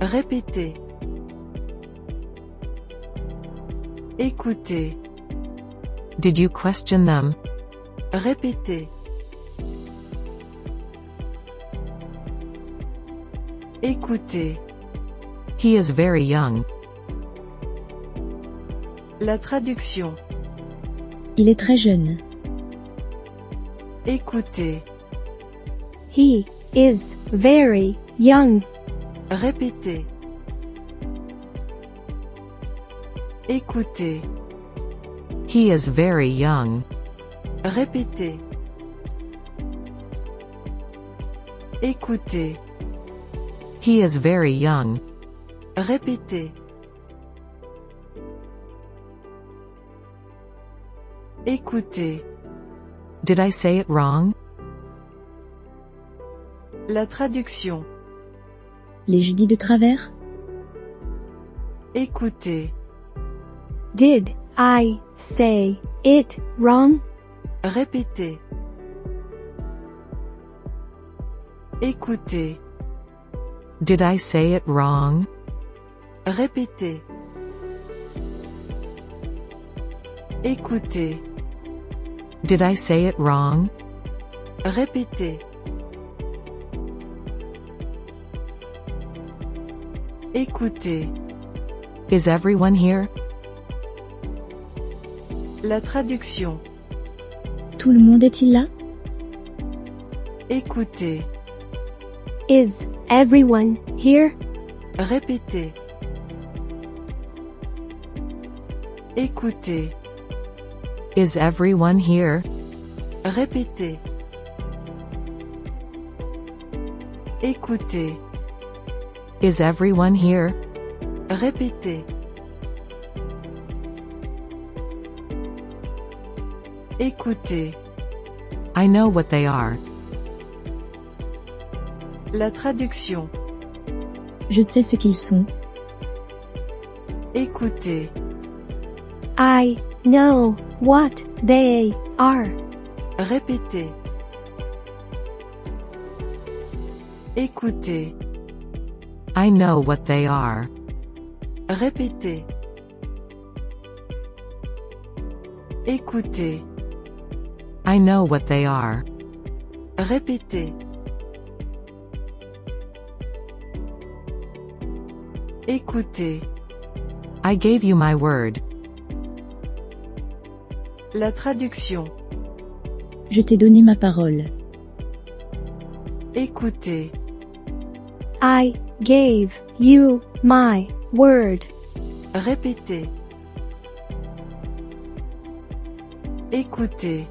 [SPEAKER 4] Répétez. Écoutez.
[SPEAKER 3] Did you question them?
[SPEAKER 4] Répétez. Écoutez.
[SPEAKER 3] He is very young.
[SPEAKER 4] La traduction.
[SPEAKER 1] Il est très jeune.
[SPEAKER 4] Écoutez.
[SPEAKER 2] He is very young.
[SPEAKER 4] Répétez. Écoutez.
[SPEAKER 3] He is very young.
[SPEAKER 4] Répétez. Écoutez.
[SPEAKER 3] He is very young.
[SPEAKER 4] Répétez. Écoutez.
[SPEAKER 3] Did I say it wrong?
[SPEAKER 4] La traduction.
[SPEAKER 1] Les jeudis de travers
[SPEAKER 4] Écoutez.
[SPEAKER 2] Did I say it wrong?
[SPEAKER 4] Répétez. Écoutez.
[SPEAKER 3] Did I say it wrong?
[SPEAKER 4] Répétez. Écoutez.
[SPEAKER 3] Did I say it wrong?
[SPEAKER 4] Répétez. Écoutez.
[SPEAKER 3] Is everyone here?
[SPEAKER 4] La traduction.
[SPEAKER 1] Tout le monde est-il là
[SPEAKER 4] Écoutez.
[SPEAKER 2] Is everyone here?
[SPEAKER 4] Répétez. Écoutez.
[SPEAKER 3] Is everyone here?
[SPEAKER 4] Répétez. Écoutez.
[SPEAKER 3] Is everyone here?
[SPEAKER 4] Répétez. Écoutez.
[SPEAKER 3] I know what they are.
[SPEAKER 4] La traduction.
[SPEAKER 1] Je sais ce qu'ils sont.
[SPEAKER 4] Écoutez.
[SPEAKER 2] I know what they are.
[SPEAKER 4] Répétez. Écoutez.
[SPEAKER 3] I know what they are.
[SPEAKER 4] Répétez. Écoutez.
[SPEAKER 3] I know what they are.
[SPEAKER 4] Répétez. Écoutez.
[SPEAKER 3] I gave you my word.
[SPEAKER 4] La traduction.
[SPEAKER 1] Je t'ai donné ma parole.
[SPEAKER 4] Écoutez.
[SPEAKER 2] I gave you my word.
[SPEAKER 4] Répétez. Écoutez.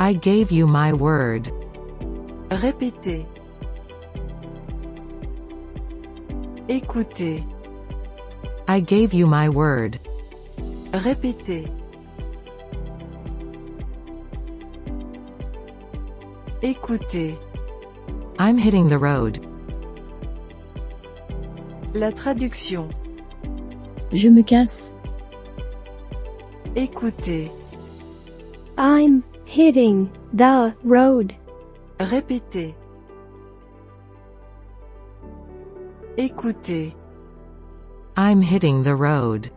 [SPEAKER 3] I gave you my word.
[SPEAKER 4] Répétez. Écoutez.
[SPEAKER 3] I gave you my word.
[SPEAKER 4] Répétez. Écoutez.
[SPEAKER 3] I'm hitting the road.
[SPEAKER 4] La traduction.
[SPEAKER 1] Je me casse.
[SPEAKER 4] Écoutez.
[SPEAKER 2] I'm hitting the road.
[SPEAKER 4] Répétez. Écoutez.
[SPEAKER 3] I'm hitting the road.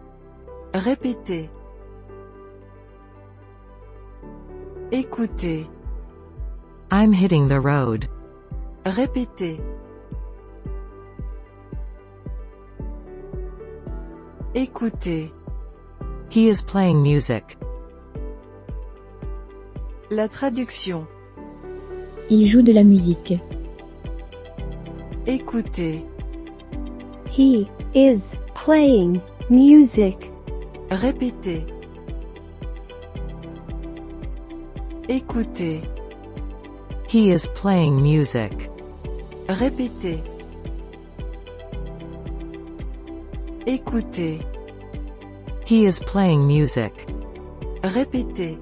[SPEAKER 4] Répétez. Écoutez.
[SPEAKER 3] I'm hitting the road.
[SPEAKER 4] Répétez. Écoutez.
[SPEAKER 3] He is playing music.
[SPEAKER 4] La traduction.
[SPEAKER 1] Il joue de la musique.
[SPEAKER 4] Écoutez.
[SPEAKER 2] He is playing music.
[SPEAKER 4] Répétez. Écoutez.
[SPEAKER 3] He is playing music.
[SPEAKER 4] Répétez. Écoutez.
[SPEAKER 3] He is playing music.
[SPEAKER 4] Répétez.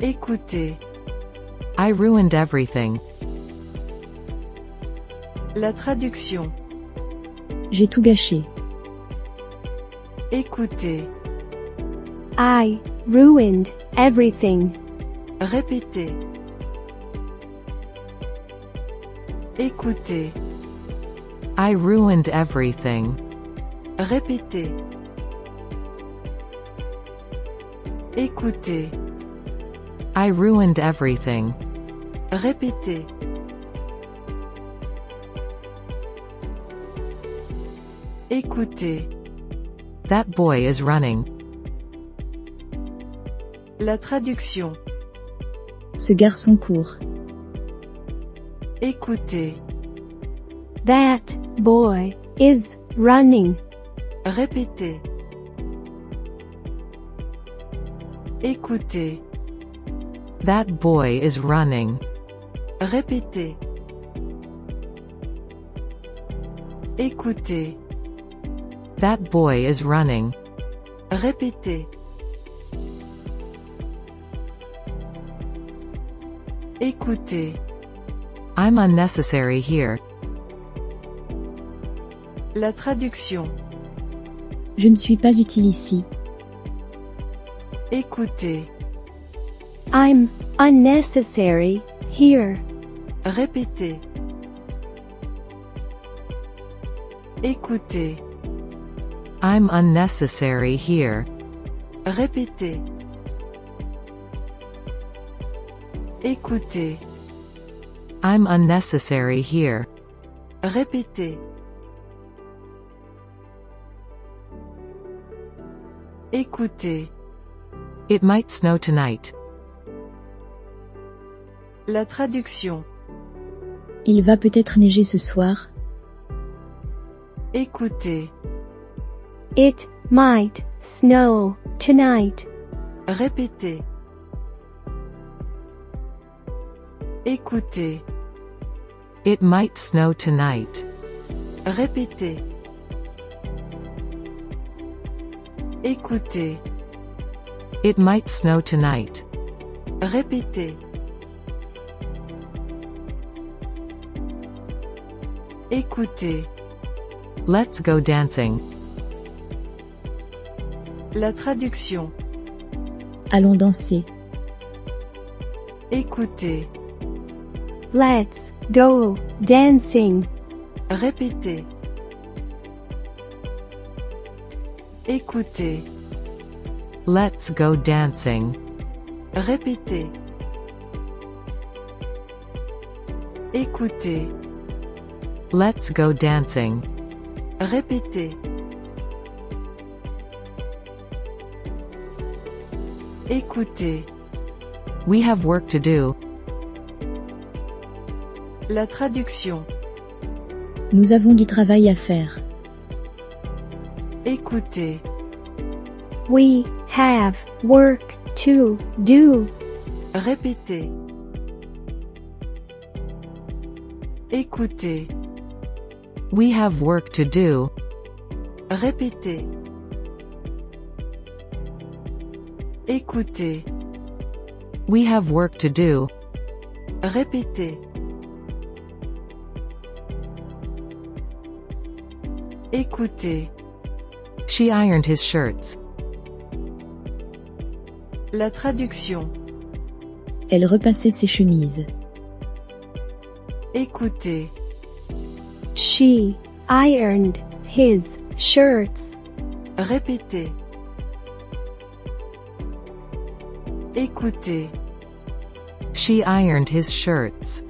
[SPEAKER 4] Écoutez.
[SPEAKER 3] I ruined everything.
[SPEAKER 4] La traduction.
[SPEAKER 1] J'ai tout gâché.
[SPEAKER 4] Écoutez.
[SPEAKER 2] I ruined everything.
[SPEAKER 4] Répétez. Écoutez.
[SPEAKER 3] I ruined everything.
[SPEAKER 4] Répétez. Écoutez.
[SPEAKER 3] I ruined everything.
[SPEAKER 4] Répétez. Écoutez.
[SPEAKER 3] That boy is running.
[SPEAKER 4] La traduction.
[SPEAKER 1] Ce garçon court.
[SPEAKER 4] Écoutez.
[SPEAKER 2] That boy is running.
[SPEAKER 4] Répétez. Écoutez.
[SPEAKER 3] That boy is running.
[SPEAKER 4] Répétez. Écoutez.
[SPEAKER 3] That boy is running.
[SPEAKER 4] Répétez. Écoutez.
[SPEAKER 3] I'm unnecessary here.
[SPEAKER 4] La traduction.
[SPEAKER 1] Je ne suis pas utile ici.
[SPEAKER 4] Écoutez.
[SPEAKER 2] I'm unnecessary here.
[SPEAKER 4] Répétez. Écoutez.
[SPEAKER 3] I'm unnecessary here.
[SPEAKER 4] Répétez. Écoutez.
[SPEAKER 3] I'm unnecessary here.
[SPEAKER 4] Répétez. Écoutez.
[SPEAKER 3] It might snow tonight.
[SPEAKER 4] La traduction.
[SPEAKER 1] Il va peut-être neiger ce soir.
[SPEAKER 4] Écoutez.
[SPEAKER 2] It might snow tonight.
[SPEAKER 4] Répétez. Écoutez.
[SPEAKER 3] It might snow tonight.
[SPEAKER 4] Répétez. Écoutez.
[SPEAKER 3] It might snow tonight.
[SPEAKER 4] Répétez. Écoutez.
[SPEAKER 3] Let's go dancing.
[SPEAKER 4] La traduction.
[SPEAKER 1] Allons danser.
[SPEAKER 4] Écoutez.
[SPEAKER 2] Let's go dancing.
[SPEAKER 4] Répétez. Écoutez.
[SPEAKER 3] Let's go dancing.
[SPEAKER 4] Répétez. Écoutez.
[SPEAKER 3] Let's go dancing.
[SPEAKER 4] Répétez. Écoutez.
[SPEAKER 3] We have work to do.
[SPEAKER 4] La traduction.
[SPEAKER 1] Nous avons du travail à faire.
[SPEAKER 4] Écoutez.
[SPEAKER 2] We have work to do.
[SPEAKER 4] Répétez. Écoutez.
[SPEAKER 3] We have work to do.
[SPEAKER 4] Répétez. Écoutez.
[SPEAKER 3] We have work to do.
[SPEAKER 4] Répétez. Écoutez.
[SPEAKER 3] She ironed his shirts.
[SPEAKER 4] La traduction.
[SPEAKER 1] Elle repassait ses chemises.
[SPEAKER 4] Écoutez.
[SPEAKER 2] She ironed his shirts.
[SPEAKER 4] Répétez. Écoutez.
[SPEAKER 3] She ironed his shirts.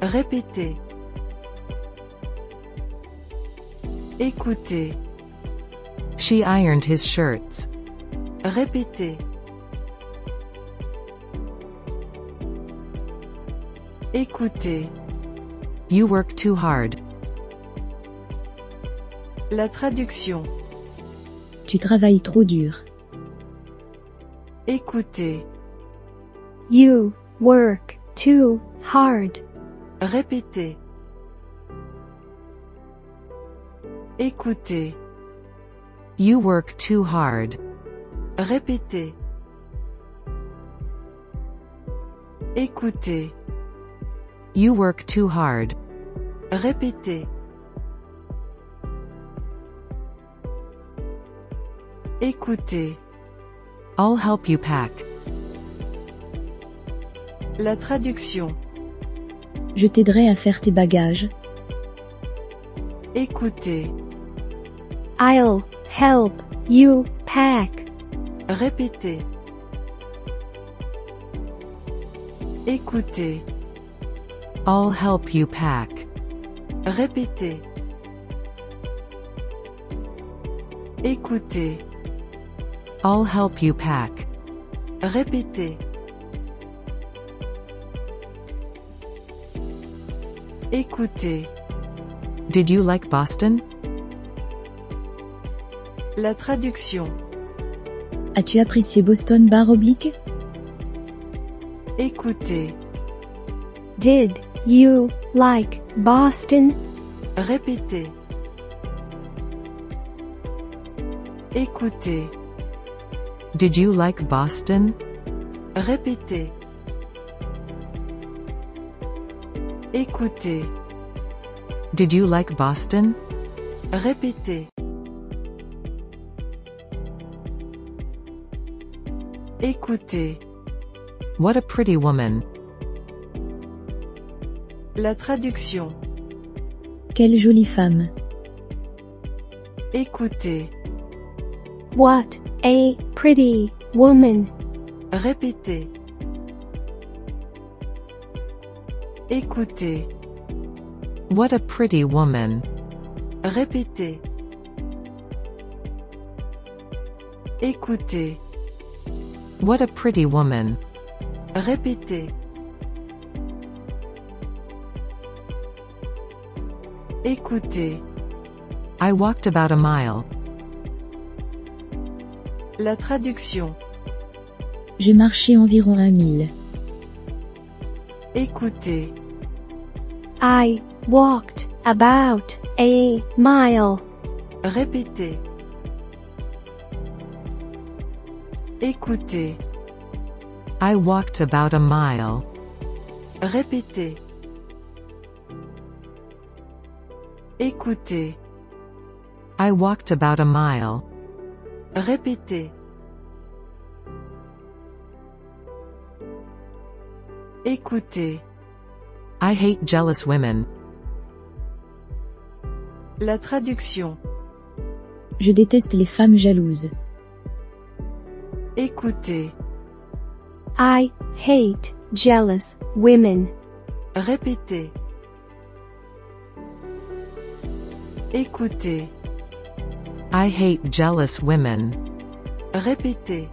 [SPEAKER 4] Répétez. Écoutez.
[SPEAKER 3] She ironed his shirts.
[SPEAKER 4] Répétez. Écoutez.
[SPEAKER 3] You work too hard.
[SPEAKER 4] La traduction.
[SPEAKER 1] Tu travailles trop dur.
[SPEAKER 4] Écoutez.
[SPEAKER 2] You work too hard.
[SPEAKER 4] Répétez. Écoutez.
[SPEAKER 3] You work too hard.
[SPEAKER 4] Répétez. Écoutez.
[SPEAKER 3] You work too hard.
[SPEAKER 4] Répétez. Écoutez.
[SPEAKER 3] I'll help you pack.
[SPEAKER 4] La traduction.
[SPEAKER 1] Je t'aiderai à faire tes bagages.
[SPEAKER 4] Écoutez.
[SPEAKER 2] I'll help you pack.
[SPEAKER 4] Répétez. Écoutez.
[SPEAKER 3] I'll help you pack.
[SPEAKER 4] Répétez. Écoutez.
[SPEAKER 3] I'll help you pack.
[SPEAKER 4] Répétez. Écoutez.
[SPEAKER 3] Did you like Boston?
[SPEAKER 4] La traduction.
[SPEAKER 1] As-tu apprécié Boston barre oblique
[SPEAKER 4] Écoutez.
[SPEAKER 2] Did you like Boston?
[SPEAKER 4] Répétez. Écoutez.
[SPEAKER 3] Did you like Boston?
[SPEAKER 4] Répétez. Écoutez.
[SPEAKER 3] Did you like Boston?
[SPEAKER 4] Répétez. Écoutez.
[SPEAKER 3] What a pretty woman.
[SPEAKER 4] La traduction.
[SPEAKER 1] Quelle jolie femme.
[SPEAKER 4] Écoutez.
[SPEAKER 2] What a pretty woman.
[SPEAKER 4] Répétez. Écoutez.
[SPEAKER 3] What a pretty woman.
[SPEAKER 4] Répétez. Écoutez.
[SPEAKER 3] What a pretty woman.
[SPEAKER 4] Répétez. Écoutez.
[SPEAKER 3] I walked about a mile.
[SPEAKER 4] La traduction.
[SPEAKER 1] Je marchais environ un mille.
[SPEAKER 4] Écoutez.
[SPEAKER 2] I walked about a mile.
[SPEAKER 4] Répétez. Écoutez.
[SPEAKER 3] I walked about a mile.
[SPEAKER 4] Répétez. Écoutez.
[SPEAKER 3] I walked about a mile.
[SPEAKER 4] Répétez. Écoutez.
[SPEAKER 3] I hate jealous women.
[SPEAKER 4] La traduction.
[SPEAKER 1] Je déteste les femmes jalouses.
[SPEAKER 4] Écoutez.
[SPEAKER 2] I hate jealous women.
[SPEAKER 4] Répétez. Écoutez.
[SPEAKER 3] I hate jealous women.
[SPEAKER 4] Répétez.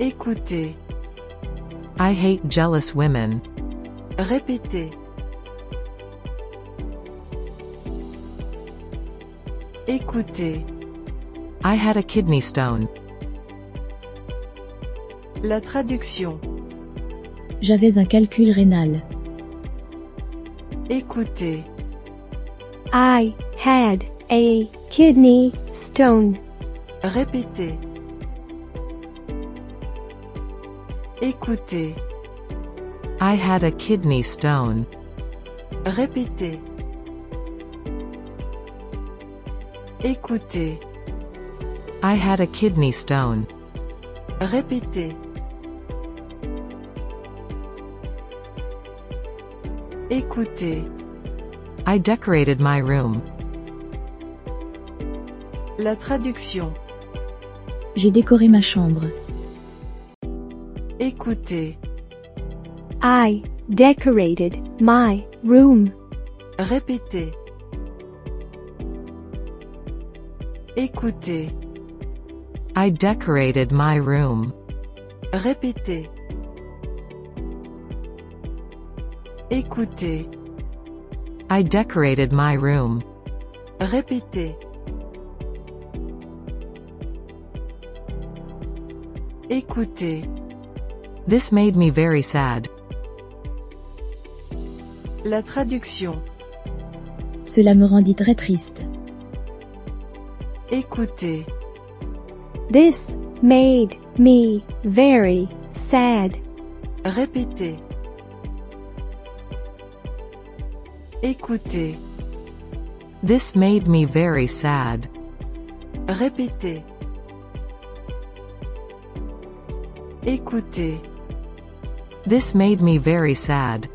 [SPEAKER 4] Écoutez.
[SPEAKER 3] I hate jealous women.
[SPEAKER 4] Répétez. Écoutez.
[SPEAKER 3] I had a kidney stone.
[SPEAKER 4] La traduction.
[SPEAKER 1] J'avais un calcul rénal.
[SPEAKER 4] Écoutez.
[SPEAKER 2] I had a kidney stone.
[SPEAKER 4] Répétez. Écoutez.
[SPEAKER 3] I had a kidney stone.
[SPEAKER 4] Répétez. Écoutez.
[SPEAKER 3] I had a kidney stone.
[SPEAKER 4] Répétez. Écoutez.
[SPEAKER 3] I decorated my room.
[SPEAKER 4] La traduction.
[SPEAKER 1] J'ai décoré ma chambre.
[SPEAKER 4] Écoutez.
[SPEAKER 2] I decorated my room.
[SPEAKER 4] Répétez. Écoutez.
[SPEAKER 3] I decorated my room.
[SPEAKER 4] Répétez. Écoutez.
[SPEAKER 3] I decorated my room.
[SPEAKER 4] Répétez. Écoutez.
[SPEAKER 3] This made me very sad.
[SPEAKER 4] La traduction.
[SPEAKER 1] Cela me rendit très triste.
[SPEAKER 4] Écoutez.
[SPEAKER 2] This made me very sad.
[SPEAKER 4] Répétez. Écoutez.
[SPEAKER 3] This made me very sad.
[SPEAKER 4] Répétez. Écoutez.
[SPEAKER 3] This made me very sad.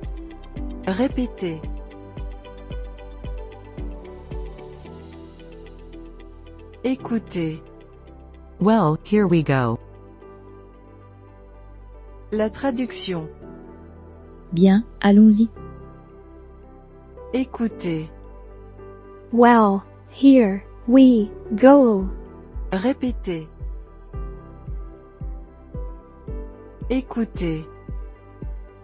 [SPEAKER 4] Répétez. Écoutez.
[SPEAKER 3] Well, here we go.
[SPEAKER 4] La traduction.
[SPEAKER 1] Bien, allons-y.
[SPEAKER 4] Écoutez.
[SPEAKER 2] Well, here we go.
[SPEAKER 4] Répétez. Écoutez.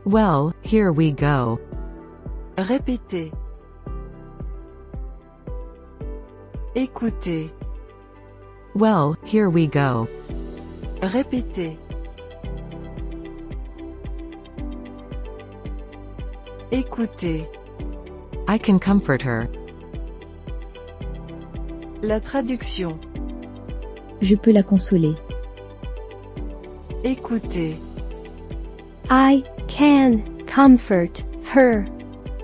[SPEAKER 3] Well, here we go.
[SPEAKER 4] Répétez. Écoutez.
[SPEAKER 3] Well, here we go.
[SPEAKER 4] Répétez. Écoutez.
[SPEAKER 3] I can comfort her.
[SPEAKER 4] La traduction.
[SPEAKER 1] Je peux la consoler.
[SPEAKER 4] Écoutez.
[SPEAKER 2] I can comfort her.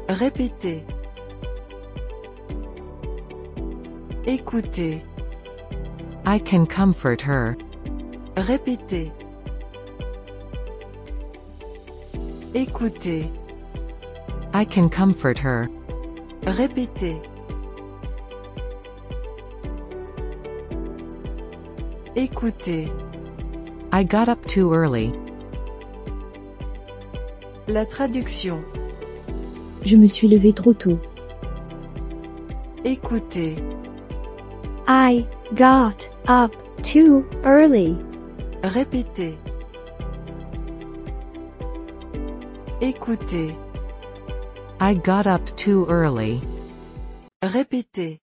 [SPEAKER 4] Répétez. Écoutez.
[SPEAKER 3] I can comfort her.
[SPEAKER 4] Répétez. Écoutez.
[SPEAKER 3] I can comfort her.
[SPEAKER 4] Répétez. Écoutez.
[SPEAKER 3] I got up too early.
[SPEAKER 4] La traduction.
[SPEAKER 1] Je me suis levé trop tôt.
[SPEAKER 4] Écoutez.
[SPEAKER 2] I got up too early.
[SPEAKER 4] Répétez. Écoutez.
[SPEAKER 3] I got up too early.
[SPEAKER 4] Répétez.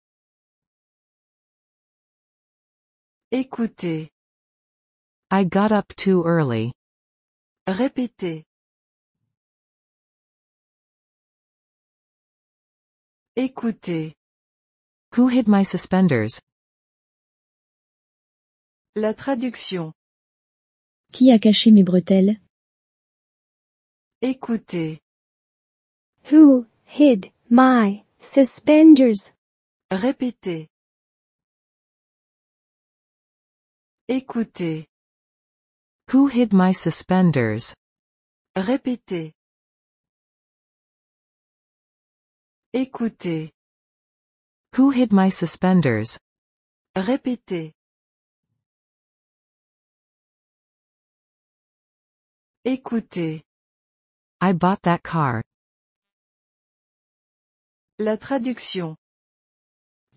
[SPEAKER 4] Écoutez.
[SPEAKER 3] I got up too early.
[SPEAKER 4] Répétez. Écoutez.
[SPEAKER 3] Who hid my suspenders?
[SPEAKER 4] La traduction.
[SPEAKER 1] Qui a caché mes bretelles
[SPEAKER 4] Écoutez.
[SPEAKER 2] Who hid my suspenders?
[SPEAKER 4] Répétez. Écoutez.
[SPEAKER 3] Who hid my suspenders?
[SPEAKER 4] Répétez. Écoutez.
[SPEAKER 3] Who hid my suspenders?
[SPEAKER 4] Répétez. Écoutez.
[SPEAKER 3] I bought that car.
[SPEAKER 4] La traduction.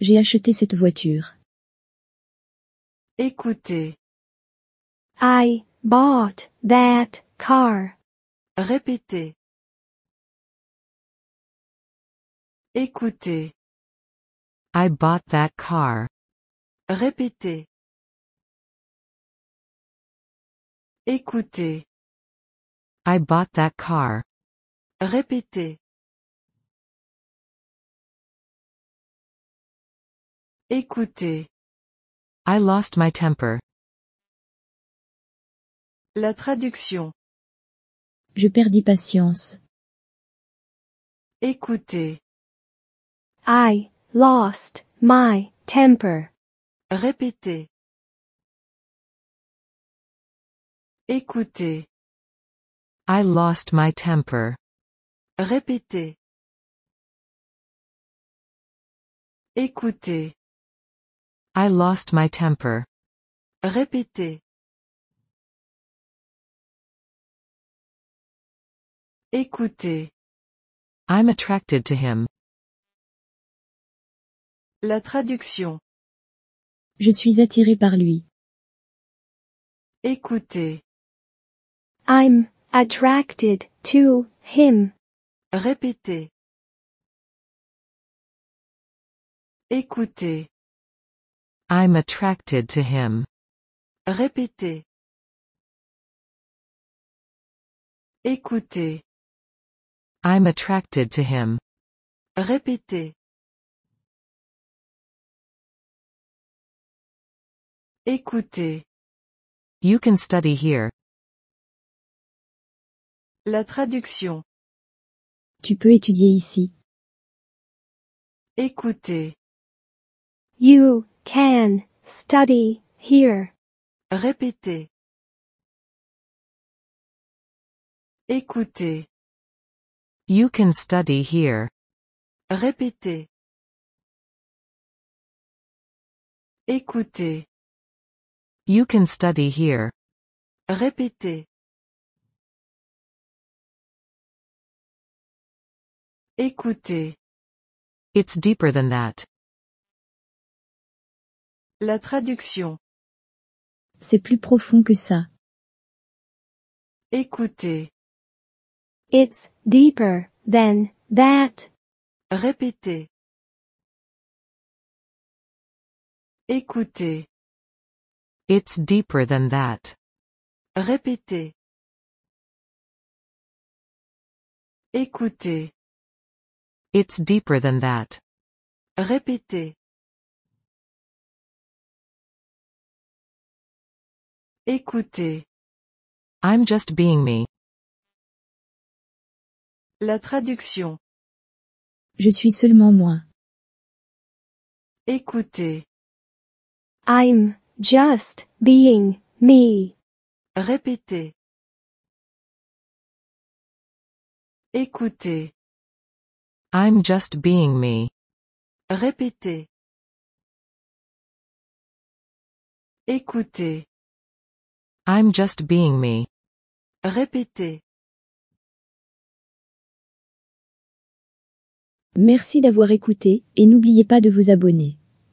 [SPEAKER 1] J'ai acheté cette voiture.
[SPEAKER 4] Écoutez.
[SPEAKER 2] I bought that car.
[SPEAKER 4] Répétez. Écoutez.
[SPEAKER 3] I bought that car.
[SPEAKER 4] Répétez. Écoutez.
[SPEAKER 3] I bought that car.
[SPEAKER 4] Répétez. Écoutez.
[SPEAKER 3] I lost my temper.
[SPEAKER 4] La traduction.
[SPEAKER 1] Je perdis patience.
[SPEAKER 4] Écoutez.
[SPEAKER 2] I lost my temper.
[SPEAKER 4] Répétez. Écoutez.
[SPEAKER 3] I lost my temper.
[SPEAKER 4] Répétez. Écoutez.
[SPEAKER 3] I lost my temper.
[SPEAKER 4] Répétez. Écoutez.
[SPEAKER 3] I'm attracted to him.
[SPEAKER 4] La traduction.
[SPEAKER 1] Je suis attiré par lui.
[SPEAKER 4] Écoutez.
[SPEAKER 2] I'm attracted to him.
[SPEAKER 4] Répétez. Écoutez.
[SPEAKER 3] I'm attracted to him.
[SPEAKER 4] Répétez. Écoutez.
[SPEAKER 3] I'm attracted to him.
[SPEAKER 4] Répétez. Écoutez.
[SPEAKER 3] You can study here.
[SPEAKER 4] La traduction.
[SPEAKER 1] Tu peux étudier ici.
[SPEAKER 4] Écoutez.
[SPEAKER 2] You can study here.
[SPEAKER 4] Répétez. Écoutez.
[SPEAKER 3] You can study here.
[SPEAKER 4] Répétez. Écoutez.
[SPEAKER 3] You can study here.
[SPEAKER 4] Répétez. Écoutez.
[SPEAKER 3] It's deeper than that.
[SPEAKER 4] La traduction.
[SPEAKER 1] C'est plus profond que ça.
[SPEAKER 4] Écoutez.
[SPEAKER 2] It's deeper than that.
[SPEAKER 4] Répétez. Écoutez.
[SPEAKER 3] It's deeper than that.
[SPEAKER 4] Répétez. Écoutez.
[SPEAKER 3] It's deeper than that.
[SPEAKER 4] Répétez. Écoutez.
[SPEAKER 3] I'm just being me.
[SPEAKER 4] La traduction.
[SPEAKER 1] Je suis seulement moi.
[SPEAKER 4] Écoutez.
[SPEAKER 2] I'm just being me.
[SPEAKER 4] Répétez. Écoutez.
[SPEAKER 3] I'm just being me.
[SPEAKER 4] Répétez. Écoutez.
[SPEAKER 3] I'm just being me.
[SPEAKER 4] Répétez.
[SPEAKER 1] Merci d'avoir écouté et n'oubliez pas de vous abonner.